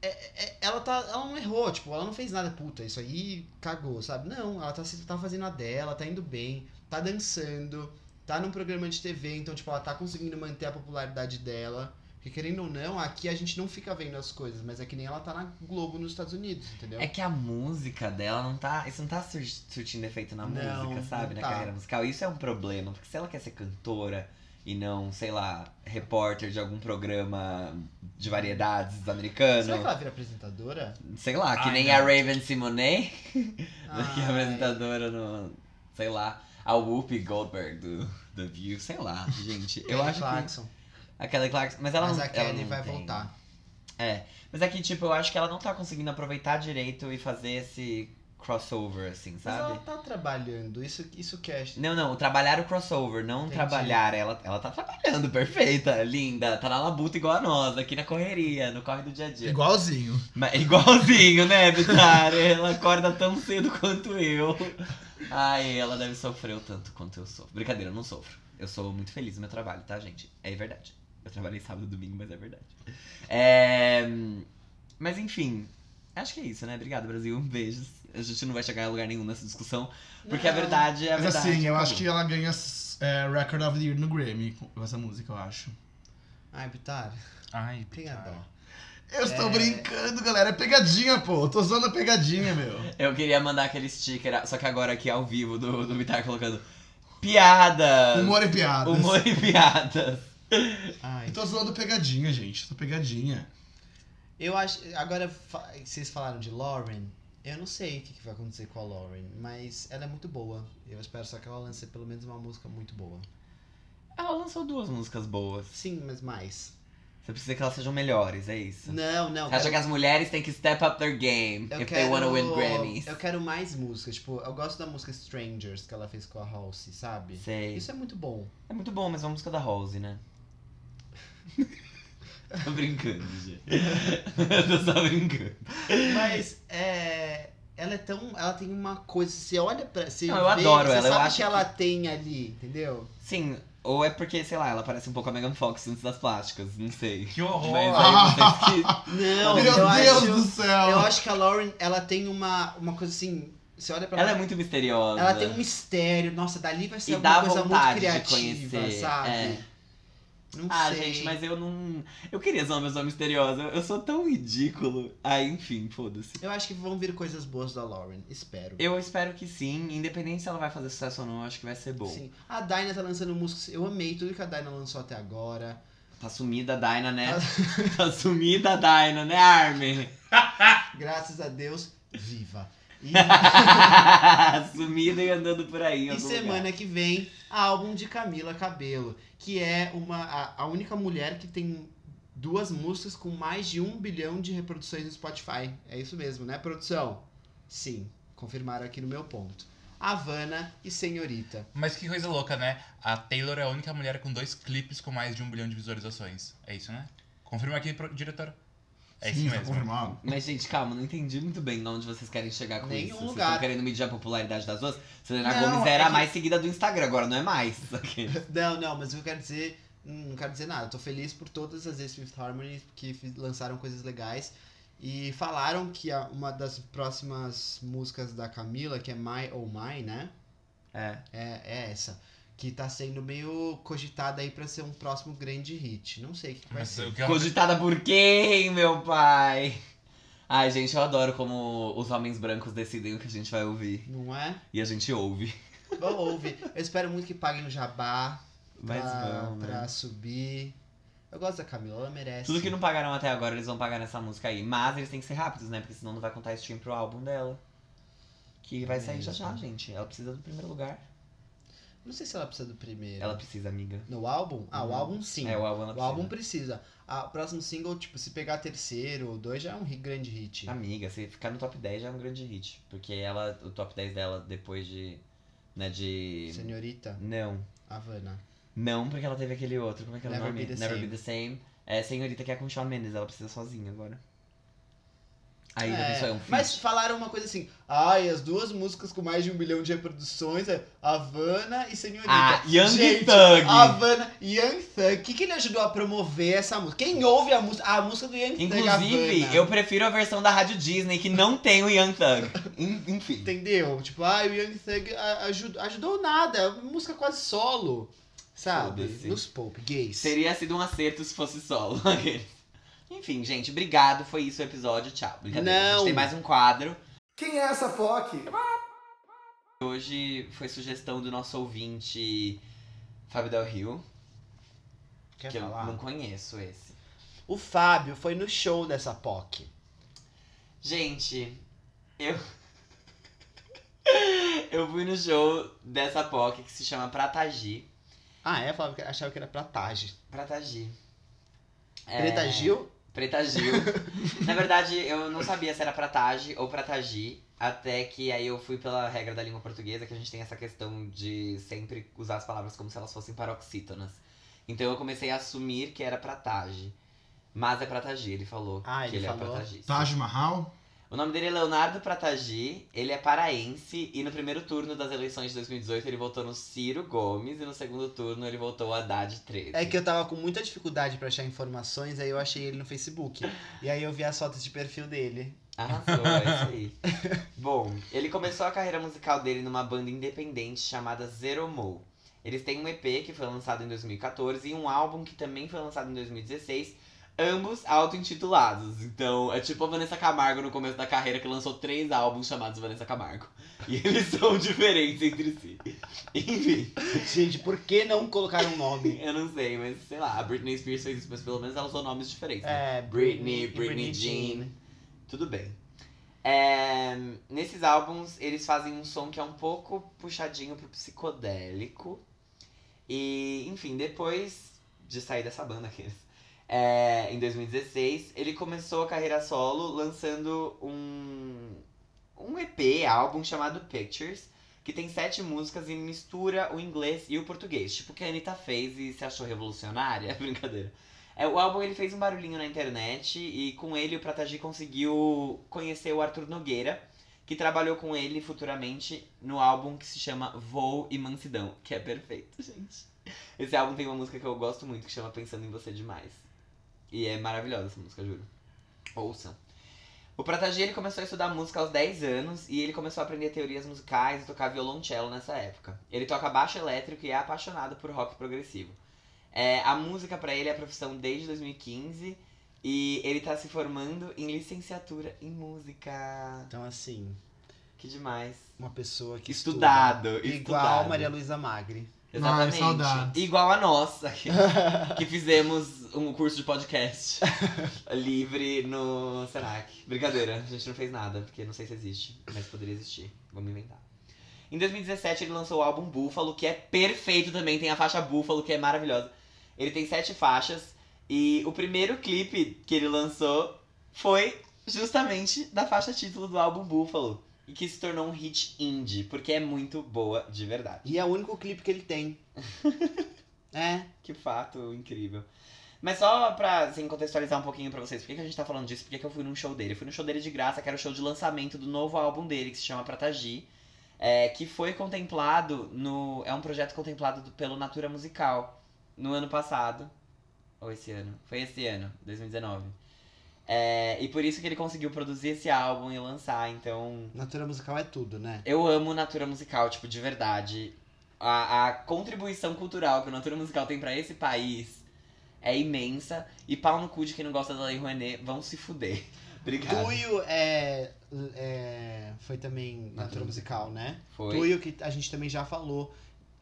[SPEAKER 3] é- é- ela, tá, ela não errou, tipo, ela não fez nada puta, isso aí cagou, sabe? Não, ela tá, se- tá fazendo a dela, tá indo bem, tá dançando, tá num programa de TV, então, tipo, ela tá conseguindo manter a popularidade dela. Porque querendo ou não, aqui a gente não fica vendo as coisas, mas é que nem ela tá na Globo nos Estados Unidos, entendeu?
[SPEAKER 2] É que a música dela não tá. Isso não tá sur- surtindo efeito na
[SPEAKER 3] Não,
[SPEAKER 2] música, sabe?
[SPEAKER 3] não
[SPEAKER 2] na
[SPEAKER 3] tá.
[SPEAKER 2] carreira musical. Isso é um problema. Porque se ela quer ser cantora, e não, sei lá, repórter de algum programa de variedades americano.
[SPEAKER 3] Será que ela vira apresentadora?
[SPEAKER 2] Sei lá, que
[SPEAKER 1] Ai,
[SPEAKER 2] nem
[SPEAKER 1] não.
[SPEAKER 2] a Raven Simone, que é
[SPEAKER 3] Ai.
[SPEAKER 2] apresentadora no. Sei lá, a Whoopi Goldberg do The View, sei lá, gente. Eu
[SPEAKER 3] Kelly
[SPEAKER 2] acho que.
[SPEAKER 3] Clarkson.
[SPEAKER 2] Aquela Clarkson. Mas ela
[SPEAKER 3] Mas
[SPEAKER 2] não.
[SPEAKER 3] a
[SPEAKER 2] ela
[SPEAKER 3] Kelly
[SPEAKER 2] não
[SPEAKER 3] vai
[SPEAKER 2] tem.
[SPEAKER 3] voltar.
[SPEAKER 2] É. Mas é que, tipo, eu acho que ela não tá conseguindo aproveitar direito e fazer esse crossover, assim,
[SPEAKER 3] Mas
[SPEAKER 2] sabe?
[SPEAKER 3] ela tá trabalhando, isso, isso que é.
[SPEAKER 2] Não, não, trabalhar o crossover, não
[SPEAKER 3] Entendi.
[SPEAKER 2] trabalhar. Ela, ela tá trabalhando, perfeita, linda. Tá na labuta igual a nós, aqui na correria, no corre do dia a dia.
[SPEAKER 4] Igualzinho.
[SPEAKER 2] Mas- é igualzinho, né, Vitara? ela acorda tão cedo quanto eu. Ai, ela deve sofrer o tanto quanto eu sofro. Brincadeira, eu não sofro. Eu sou muito feliz no meu trabalho, tá, gente? É verdade. Eu trabalhei sábado e domingo, mas é verdade. É... Mas enfim, acho que é isso, né? Obrigado, Brasil. Beijos. A gente não vai chegar a lugar nenhum nessa discussão, porque a
[SPEAKER 3] Não.
[SPEAKER 2] verdade é a
[SPEAKER 4] Mas
[SPEAKER 2] verdade.
[SPEAKER 4] assim, eu acho
[SPEAKER 2] Acabou.
[SPEAKER 4] que ela ganha é, Record of the Year no Grammy com essa música, eu acho.
[SPEAKER 3] Ai, Bitar,
[SPEAKER 1] Ai,
[SPEAKER 4] é
[SPEAKER 3] tenha dó.
[SPEAKER 4] Eu estou
[SPEAKER 3] É.
[SPEAKER 4] brincando, galera. É pegadinha, pô. Eu tô usando a pegadinha, meu.
[SPEAKER 2] Eu queria mandar aquele sticker, só que agora aqui ao vivo do, do Bitar colocando piadas.
[SPEAKER 4] Humor e piada.
[SPEAKER 2] É. Humor e piadas.
[SPEAKER 3] Ai.
[SPEAKER 4] Eu tô zoando pegadinha, gente. Eu tô pegadinha.
[SPEAKER 3] Eu acho. Agora, fa- vocês falaram de Lauren. Eu não sei o que, que vai acontecer com a Lauren, mas ela é muito boa. Eu espero só que ela lance pelo menos uma música muito boa.
[SPEAKER 2] Ela lançou duas músicas boas.
[SPEAKER 3] Sim, mas mais.
[SPEAKER 2] Você precisa que elas sejam melhores, é isso.
[SPEAKER 3] Não, não.
[SPEAKER 2] Você acha que
[SPEAKER 3] quero-
[SPEAKER 2] as mulheres têm que step up their game
[SPEAKER 3] eu
[SPEAKER 2] if
[SPEAKER 3] quero-
[SPEAKER 2] they wanna win Grammys?
[SPEAKER 3] Eu quero mais músicas. Tipo, eu gosto da música Strangers que ela fez com a Halsey, sabe?
[SPEAKER 2] Sei.
[SPEAKER 3] Isso é muito bom.
[SPEAKER 2] É muito bom, mas é uma música da Rose, né? Tô brincando, gente. Tô só brincando.
[SPEAKER 3] Mas é. Ela é tão. Ela tem uma coisa. Você olha pra. Você
[SPEAKER 2] Não, eu
[SPEAKER 3] vê,
[SPEAKER 2] adoro
[SPEAKER 3] você
[SPEAKER 2] ela, eu
[SPEAKER 3] sabe
[SPEAKER 2] acho
[SPEAKER 3] que ela tem ali, entendeu?
[SPEAKER 2] Sim, ou é porque, sei lá, ela parece um pouco a Megan Fox antes das plásticas, não sei.
[SPEAKER 1] Que horror!
[SPEAKER 2] Mas aí vocês que...
[SPEAKER 3] Não,
[SPEAKER 4] meu
[SPEAKER 3] eu
[SPEAKER 4] Deus
[SPEAKER 3] acho.
[SPEAKER 4] do céu.
[SPEAKER 3] Eu acho que a Lauren, ela tem uma, uma coisa assim. Você olha pra
[SPEAKER 2] Ela é muito misteriosa.
[SPEAKER 3] Ela tem um mistério. Nossa, dali vai ser
[SPEAKER 2] E
[SPEAKER 3] alguma
[SPEAKER 2] dá
[SPEAKER 3] coisa muito
[SPEAKER 2] vontade de
[SPEAKER 3] criativa,
[SPEAKER 2] conhecer,
[SPEAKER 3] sabe?
[SPEAKER 2] é.
[SPEAKER 3] Não
[SPEAKER 2] Ah,
[SPEAKER 3] sei.
[SPEAKER 2] gente, mas eu não. Eu queria ser uma pessoa misteriosa. Eu sou tão ridículo. Ah, enfim, foda-se.
[SPEAKER 3] Eu acho que vão vir coisas boas da Lauren, espero.
[SPEAKER 2] Eu espero que sim, independente se ela vai fazer sucesso ou não, eu acho que vai ser bom.
[SPEAKER 3] Sim. A Dyna tá lançando músicas. Eu amei tudo que a Dyna lançou até agora.
[SPEAKER 2] Tá sumida a Dyna, né? tá sumida a Dyna, né, Armin?
[SPEAKER 3] Graças a Deus, viva. E,
[SPEAKER 2] sumida e andando por aí. em
[SPEAKER 3] e
[SPEAKER 2] algum
[SPEAKER 3] semana
[SPEAKER 2] lugar.
[SPEAKER 3] que vem, álbum de Camila Cabello, que é uma a, a única mulher que tem duas músicas com mais de um bilhão de reproduções no Spotify. É isso mesmo, né, produção? Sim, confirmaram aqui no meu ponto. Havana e Senhorita.
[SPEAKER 1] Mas que coisa louca, né? A Taylor é a única mulher com dois clipes com mais de um bilhão de visualizações. É isso, né? Confirma aqui, pro- diretor. É
[SPEAKER 4] Sim,
[SPEAKER 1] isso
[SPEAKER 4] tá
[SPEAKER 1] mesmo.
[SPEAKER 4] confirmado.
[SPEAKER 2] Mas, gente, calma, não entendi muito bem onde vocês querem chegar com
[SPEAKER 3] Nenhum
[SPEAKER 2] isso. Vocês
[SPEAKER 3] lugar.
[SPEAKER 2] estão querendo medir a popularidade das duas? Selena
[SPEAKER 3] Não,
[SPEAKER 2] Gomes era
[SPEAKER 3] é
[SPEAKER 2] a
[SPEAKER 3] que-
[SPEAKER 2] mais seguida do Instagram, agora não é mais.
[SPEAKER 3] Não, não, mas eu quero dizer. hum, Não quero dizer nada. Tô feliz por todas as ex Fifth Harmony que fi- lançaram coisas legais. E falaram que a- uma das próximas músicas da Camila, que é My Oh My, né?
[SPEAKER 2] É.
[SPEAKER 3] É, é essa. Que tá sendo meio cogitada aí pra ser um próximo grande hit. Não sei o que, que vai
[SPEAKER 1] Mas
[SPEAKER 3] ser.
[SPEAKER 1] o que eu...
[SPEAKER 2] Cogitada por quem, meu pai? Ai, gente, eu adoro como os homens brancos decidem o que a gente vai ouvir.
[SPEAKER 3] Não é?
[SPEAKER 2] E a gente ouve.
[SPEAKER 3] Bom, ouve. Eu espero muito que paguem o jabá pra,
[SPEAKER 2] Mas vão, né?
[SPEAKER 3] Ah, pra subir. Eu gosto da Camila, ela merece.
[SPEAKER 2] Tudo que não pagaram até agora, eles vão pagar nessa música aí. Mas eles têm que ser rápidos, né? Porque senão não vai contar stream pro álbum dela. Que vai sair já já, gente. Ela precisa do primeiro lugar.
[SPEAKER 3] Não sei se ela precisa do primeiro.
[SPEAKER 2] Ela precisa, amiga.
[SPEAKER 3] No álbum? Ah, o
[SPEAKER 2] Uhum.
[SPEAKER 3] álbum sim.
[SPEAKER 2] É, o álbum ela
[SPEAKER 3] O
[SPEAKER 2] precisa.
[SPEAKER 3] álbum precisa. A- O próximo single, tipo, se pegar terceiro ou dois, já é um hi- grande hit.
[SPEAKER 2] Amiga, se ficar no top 10 já é um grande hit. Porque ela, o top 10 dela, depois de. Né, de.
[SPEAKER 3] Senhorita,
[SPEAKER 2] Não.
[SPEAKER 3] Havana.
[SPEAKER 2] Não, porque ela teve aquele outro. Como é que é o
[SPEAKER 3] Never
[SPEAKER 2] nome?
[SPEAKER 3] Be the
[SPEAKER 2] Never
[SPEAKER 3] Same.
[SPEAKER 2] Be the Same. É senhorita que é com o Shawn Mendes, ela precisa sozinha agora. Aí já
[SPEAKER 3] É,
[SPEAKER 2] pensou, é um feat.
[SPEAKER 3] mas falaram uma coisa assim, ai, as duas músicas com mais de um bilhão de reproduções é Havana e Senhorita.
[SPEAKER 2] Ah, Young
[SPEAKER 3] Gente,
[SPEAKER 2] Thug.
[SPEAKER 3] Havana, Young Thug. O que, que ele ajudou a promover essa música? Quem ouve a música? Ah, a música do Young Thug,
[SPEAKER 2] Inclusive,
[SPEAKER 3] Havana.
[SPEAKER 2] eu prefiro a versão da Rádio Disney que não tem o Young Thug. En- Enfim.
[SPEAKER 3] Entendeu? Tipo, ai, o Young Thug a- ajudou, ajudou nada. É uma música quase solo. Sabe?
[SPEAKER 2] Foda-se.
[SPEAKER 3] Nos poupe, gays.
[SPEAKER 2] Seria sido um acerto se fosse solo. Enfim, gente, obrigado. Foi isso o episódio. Tchau. Brincadeira. A
[SPEAKER 3] Não.
[SPEAKER 2] gente tem mais um quadro.
[SPEAKER 5] Quem é essa POC?
[SPEAKER 2] Hoje foi sugestão do nosso ouvinte Fábio Del Rio.
[SPEAKER 3] Quer
[SPEAKER 2] que é eu
[SPEAKER 3] falar?
[SPEAKER 2] não conheço esse.
[SPEAKER 3] O Fábio foi no show dessa POC.
[SPEAKER 2] Gente, eu. eu fui no show dessa POC que se chama Pratagi.
[SPEAKER 3] Ah, é? Falava que achava que era pra Taj.
[SPEAKER 2] Pratagi. É,
[SPEAKER 3] Preta Gil?
[SPEAKER 2] Preta Gil. Na verdade, eu não sabia se era Pratage ou Pratagi, até que aí eu fui pela regra da língua portuguesa, que a gente tem essa questão de sempre usar as palavras como se elas fossem paroxítonas. Então eu comecei a assumir que era Pratage. Mas é Pratagi, ele falou
[SPEAKER 3] Ah,
[SPEAKER 2] que
[SPEAKER 3] ele
[SPEAKER 2] ele é
[SPEAKER 3] falou.
[SPEAKER 2] Pratagi.
[SPEAKER 4] Tá.
[SPEAKER 7] Taj Mahal?
[SPEAKER 2] O nome dele é Leonardo Pratagi, ele é paraense e no primeiro turno das eleições de 2018 ele votou no Ciro Gomes e no segundo turno ele votou a Haddad 13.
[SPEAKER 3] É que eu tava com muita dificuldade pra achar informações, aí eu achei ele no Facebook. E aí eu vi as fotos de perfil dele.
[SPEAKER 2] Arrasou, é isso aí. Bom, ele começou a carreira musical dele numa banda independente chamada Zero Mo. Eles têm um EP que foi lançado em 2014 e um álbum que também foi lançado em 2016, ambos auto-intitulados. Então, é tipo a Vanessa Camargo no começo da carreira que lançou três álbuns chamados Vanessa Camargo. E eles são diferentes entre si. Enfim.
[SPEAKER 3] Gente, por que não colocar um nome?
[SPEAKER 2] Eu não sei, mas sei lá, a Britney Spears fez isso, mas pelo menos ela usou nomes diferentes. né?
[SPEAKER 3] É,
[SPEAKER 2] Britney,
[SPEAKER 3] e
[SPEAKER 2] Britney Jean. Tudo bem. É, nesses álbuns, eles fazem um som que é um pouco puxadinho pro psicodélico. E, enfim, depois de sair dessa banda aqueles, é, em 2016, ele começou a carreira solo lançando um, um EP, álbum chamado Pictures, que tem sete músicas e mistura o inglês e o português. Tipo o que a Anitta fez e se achou revolucionária. Brincadeira. É, o álbum ele fez um barulhinho na internet e com ele o Pratagi conseguiu conhecer o Arthur Nogueira, que trabalhou com ele futuramente no álbum que se chama Voo e Mansidão, que é perfeito, gente. Esse álbum tem uma música que eu gosto muito que chama Pensando em Você Demais. E é maravilhosa essa música, juro. Ouçam. O Pratagi ele começou a estudar música aos 10 anos e ele começou a aprender teorias musicais e tocar violoncelo nessa época. Ele toca baixo elétrico e é apaixonado por rock progressivo. É, a música pra ele é a profissão desde 2015 e ele tá se formando em licenciatura em música.
[SPEAKER 3] Então, assim,
[SPEAKER 2] Que demais.
[SPEAKER 3] uma pessoa que estuda.
[SPEAKER 2] estudado,
[SPEAKER 3] Igual
[SPEAKER 2] estudado.
[SPEAKER 3] Maria Luísa Magri.
[SPEAKER 7] Ai,
[SPEAKER 2] Exatamente.
[SPEAKER 7] saudades.
[SPEAKER 2] Igual a nossa, que, que fizemos um curso de podcast livre no Senac. Brincadeira, a gente não fez nada, porque não sei se existe, mas poderia existir. Vamos inventar. Em 2017 ele lançou o álbum Búfalo, que é perfeito também, tem a faixa Búfalo, que é maravilhosa. Ele tem sete faixas, e o primeiro clipe que ele lançou foi justamente da faixa título do álbum Búfalo. E que se tornou um hit indie, porque é muito boa de verdade.
[SPEAKER 3] E é o único clipe que ele tem. é.
[SPEAKER 2] Que fato incrível. Mas só pra assim, contextualizar um pouquinho pra vocês, por que, que a gente tá falando disso? Por que, que eu fui num show dele? Eu fui num show dele de graça, que era o show de lançamento do novo álbum dele, que se chama Pratagi. É, que foi contemplado no. É um projeto contemplado do- pelo Natura Musical no ano passado. Ou esse ano? Foi esse ano, 2019. É, e por isso que ele conseguiu produzir esse álbum e lançar, então.
[SPEAKER 3] Natura musical é tudo, né?
[SPEAKER 2] Eu amo Natura Musical, tipo, de verdade. A, a contribuição cultural que o Natura Musical tem pra esse país é imensa. E pau no cu de quem não gosta da Lei Rouanet, vão se fuder. Obrigado.
[SPEAKER 3] Tuyo é, é- Foi também Natura
[SPEAKER 2] Natura
[SPEAKER 3] musical, né?
[SPEAKER 2] Foi.
[SPEAKER 3] Tuyo que a gente também já falou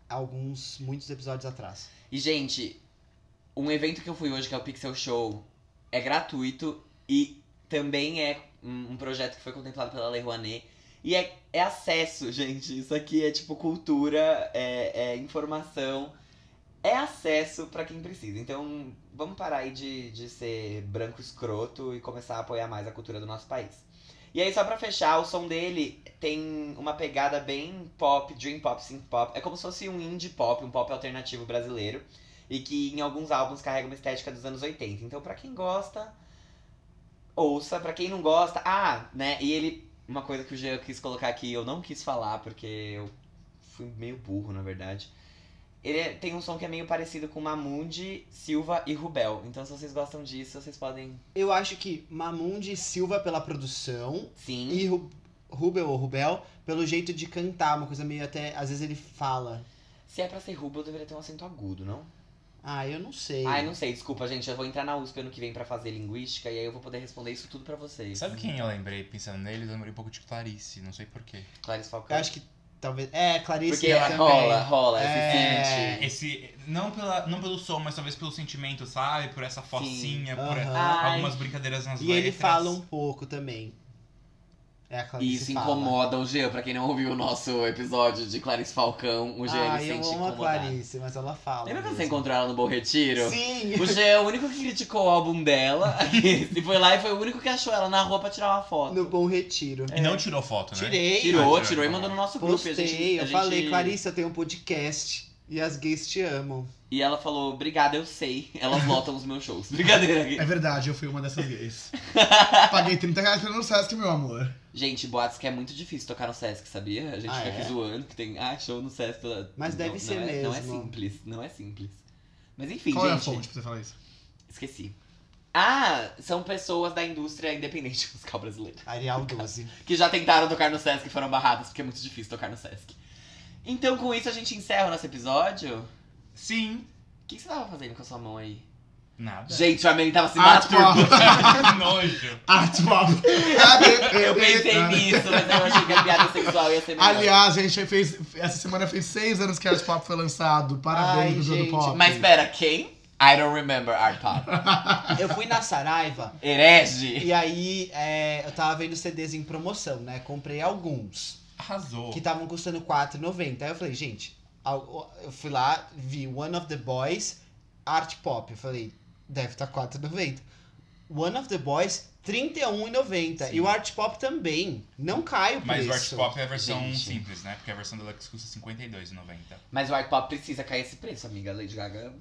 [SPEAKER 3] alguns, muitos episódios atrás.
[SPEAKER 2] E, gente, um evento que eu fui hoje, que é o Pixel Show, é gratuito e também é um um projeto que foi contemplado pela Lei Rouanet. E é, é acesso, gente. Isso aqui é tipo cultura, é, é informação. É acesso pra quem precisa. Então, vamos parar aí de, de ser branco escroto e começar a apoiar mais a cultura do nosso país. E aí, só pra fechar, o som dele tem uma pegada bem pop, dream pop, synth pop. É como se fosse um indie pop, um pop alternativo brasileiro. E que em alguns álbuns carrega uma estética dos anos 80. Então, pra quem gosta, ouça. Pra quem não gosta, ah, né? E ele, uma coisa que o Jean quis colocar aqui, eu não quis falar, porque eu fui meio burro, na verdade. Ele é- tem um som que é meio parecido com Mamundi, Silva e Rubel. Então, se vocês gostam disso, vocês podem.
[SPEAKER 3] Eu acho que Mamundi e Silva pela produção
[SPEAKER 2] Sim.
[SPEAKER 3] e Ru- Rubel ou Rubel pelo jeito de cantar, uma coisa meio até. Às vezes ele fala.
[SPEAKER 2] Se é pra ser Rubel, deveria ter um acento agudo, não?
[SPEAKER 3] Ah, eu não sei.
[SPEAKER 2] Ai, não sei, desculpa, gente. Eu vou entrar na USP ano que vem pra fazer linguística e aí eu vou poder responder isso tudo pra vocês.
[SPEAKER 1] Sabe quem eu lembrei pensando nele? Eu lembrei um pouco de Clarice, não sei porquê.
[SPEAKER 2] Clarice
[SPEAKER 3] Eu
[SPEAKER 2] Falcão.
[SPEAKER 3] acho que Talvez. É, Clarice.
[SPEAKER 2] Porque
[SPEAKER 3] também.
[SPEAKER 2] rola, rola, se
[SPEAKER 3] É.
[SPEAKER 2] sente.
[SPEAKER 1] Esse, não, pela, não pelo som, mas talvez pelo sentimento, sabe? Por essa focinha, por
[SPEAKER 3] Aham.
[SPEAKER 2] Ai.
[SPEAKER 1] algumas brincadeiras nas
[SPEAKER 3] E ele
[SPEAKER 1] letras.
[SPEAKER 3] fala um pouco também. É a Clarice.
[SPEAKER 2] E isso
[SPEAKER 3] fala.
[SPEAKER 2] incomoda o Jean, pra quem não ouviu o nosso episódio de Clarice Falcão, o Jean
[SPEAKER 3] Ah,
[SPEAKER 2] ele
[SPEAKER 3] eu
[SPEAKER 2] sente
[SPEAKER 3] amo a
[SPEAKER 2] incomodado.
[SPEAKER 3] Clarice, mas ela fala.
[SPEAKER 2] Lembra quando
[SPEAKER 3] mesmo.
[SPEAKER 2] você encontrou ela no Bom Retiro?
[SPEAKER 3] Sim!
[SPEAKER 2] O Jean é o único que criticou o álbum dela, e foi lá e foi o único que achou ela na rua pra tirar uma foto.
[SPEAKER 3] No Bom Retiro.
[SPEAKER 1] E não tirou foto, né?
[SPEAKER 3] É. Tirei.
[SPEAKER 2] Tirou,
[SPEAKER 1] Ah,
[SPEAKER 2] tirou e mandou no nosso grupo.
[SPEAKER 3] Postei,
[SPEAKER 2] e a gente, a
[SPEAKER 3] eu
[SPEAKER 2] gente-
[SPEAKER 3] falei, Clarice, eu tenho um podcast e as gays te amam.
[SPEAKER 2] E ela falou, obrigada, eu sei. Elas lotam os meus shows. Brincadeira.
[SPEAKER 4] É verdade, eu fui uma dessas gays. Paguei 30 reais pra ir no Sesc, meu amor.
[SPEAKER 2] Gente, boatos que é muito difícil tocar no Sesc, sabia? A gente
[SPEAKER 3] Ah,
[SPEAKER 2] fica
[SPEAKER 3] é?
[SPEAKER 2] aqui zoando que tem, ah, show no Sesc. pela-
[SPEAKER 3] Mas deve ser
[SPEAKER 2] não É, não é
[SPEAKER 3] mesmo.
[SPEAKER 2] simples, não é simples. Mas enfim,
[SPEAKER 4] Qual é a
[SPEAKER 2] gente.
[SPEAKER 4] fonte pra você falar isso?
[SPEAKER 2] Esqueci. Ah, são pessoas da indústria independente musical brasileira.
[SPEAKER 3] Arial 12.
[SPEAKER 2] Que já tentaram tocar no Sesc e foram barradas, porque é muito difícil tocar no Sesc. Então, com isso, a gente encerra o nosso episódio.
[SPEAKER 1] Sim.
[SPEAKER 2] O que que você tava fazendo com a sua mão aí?
[SPEAKER 1] Nada.
[SPEAKER 2] Gente, o Amelie tava se
[SPEAKER 4] Art
[SPEAKER 2] masturbando.
[SPEAKER 1] que nojo.
[SPEAKER 4] Art Bob.
[SPEAKER 2] Eu pensei nisso, mas eu achei que a piada sexual ia ser melhor.
[SPEAKER 4] Aliás, gente, aí fez, essa semana fez seis anos que Art Pop foi lançado. Parabéns
[SPEAKER 3] Ai,
[SPEAKER 4] pro
[SPEAKER 3] gente,
[SPEAKER 4] Jogo Pop.
[SPEAKER 2] Mas pera, quem? I don't remember Art Pop.
[SPEAKER 3] Eu fui na Saraiva
[SPEAKER 2] Herege.
[SPEAKER 3] e aí é, eu tava vendo CDs em promoção, né? Comprei alguns
[SPEAKER 1] Arrasou.
[SPEAKER 3] que estavam custando R$4,90. Aí eu falei, gente, al- eu fui lá, vi One of the Boys, Art Pop. Eu falei, deve estar tá R$4,90. One of the Boys, R$31,90. E o Art Pop também. Não cai o
[SPEAKER 1] Mas
[SPEAKER 3] preço.
[SPEAKER 1] o Art Pop é a versão
[SPEAKER 2] Gente.
[SPEAKER 1] simples, né? Porque a versão deluxe custa R$52,90.
[SPEAKER 2] Mas o Art Pop precisa cair esse preço, amiga. Lady Gaga,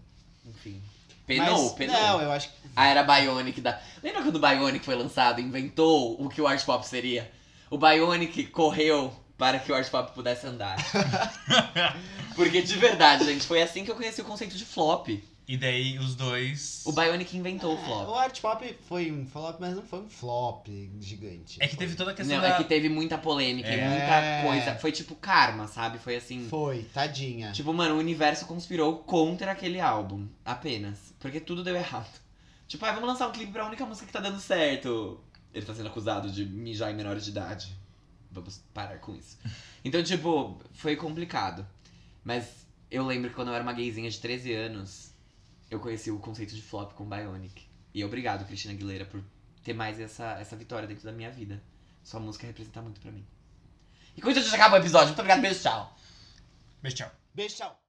[SPEAKER 2] enfim. Penou,
[SPEAKER 3] Mas-
[SPEAKER 2] penou.
[SPEAKER 3] Não, eu acho que.
[SPEAKER 2] A era Bionic da. Lembra quando o Bionic foi lançado? Inventou o que o Art Pop seria? O Bionic correu para que o Art Pop pudesse andar. Porque de verdade, gente, foi assim que eu conheci o conceito de flop.
[SPEAKER 1] E daí os dois.
[SPEAKER 2] O Bionic inventou Então, o
[SPEAKER 3] O
[SPEAKER 2] flop.
[SPEAKER 3] Art Pop foi um flop, mas não foi um flop gigante.
[SPEAKER 1] É que teve
[SPEAKER 3] Foi,
[SPEAKER 1] toda a questão
[SPEAKER 2] Não,
[SPEAKER 1] da.
[SPEAKER 2] é que teve muita polêmica e
[SPEAKER 1] É.
[SPEAKER 2] muita coisa. Foi tipo karma, sabe? Foi assim.
[SPEAKER 3] foi tadinha.
[SPEAKER 2] Tipo, mano, o universo conspirou contra aquele álbum. Apenas. Porque tudo deu errado. Tipo, ah, vamos lançar um clipe pra única música que tá dando certo. Ele tá sendo acusado de mijar em menores de idade. Vamos parar com isso. Então, tipo, foi complicado. Mas eu lembro que quando eu era uma gayzinha de 13 anos, eu conheci o conceito de flop com Bionic. E obrigado, Cristina Aguilera, por ter mais essa, essa vitória dentro da minha vida. Sua música representa muito pra mim. E com isso a gente acaba o episódio. Muito obrigado, beijo, tchau.
[SPEAKER 1] Mas tchau.
[SPEAKER 3] Beijo, tchau.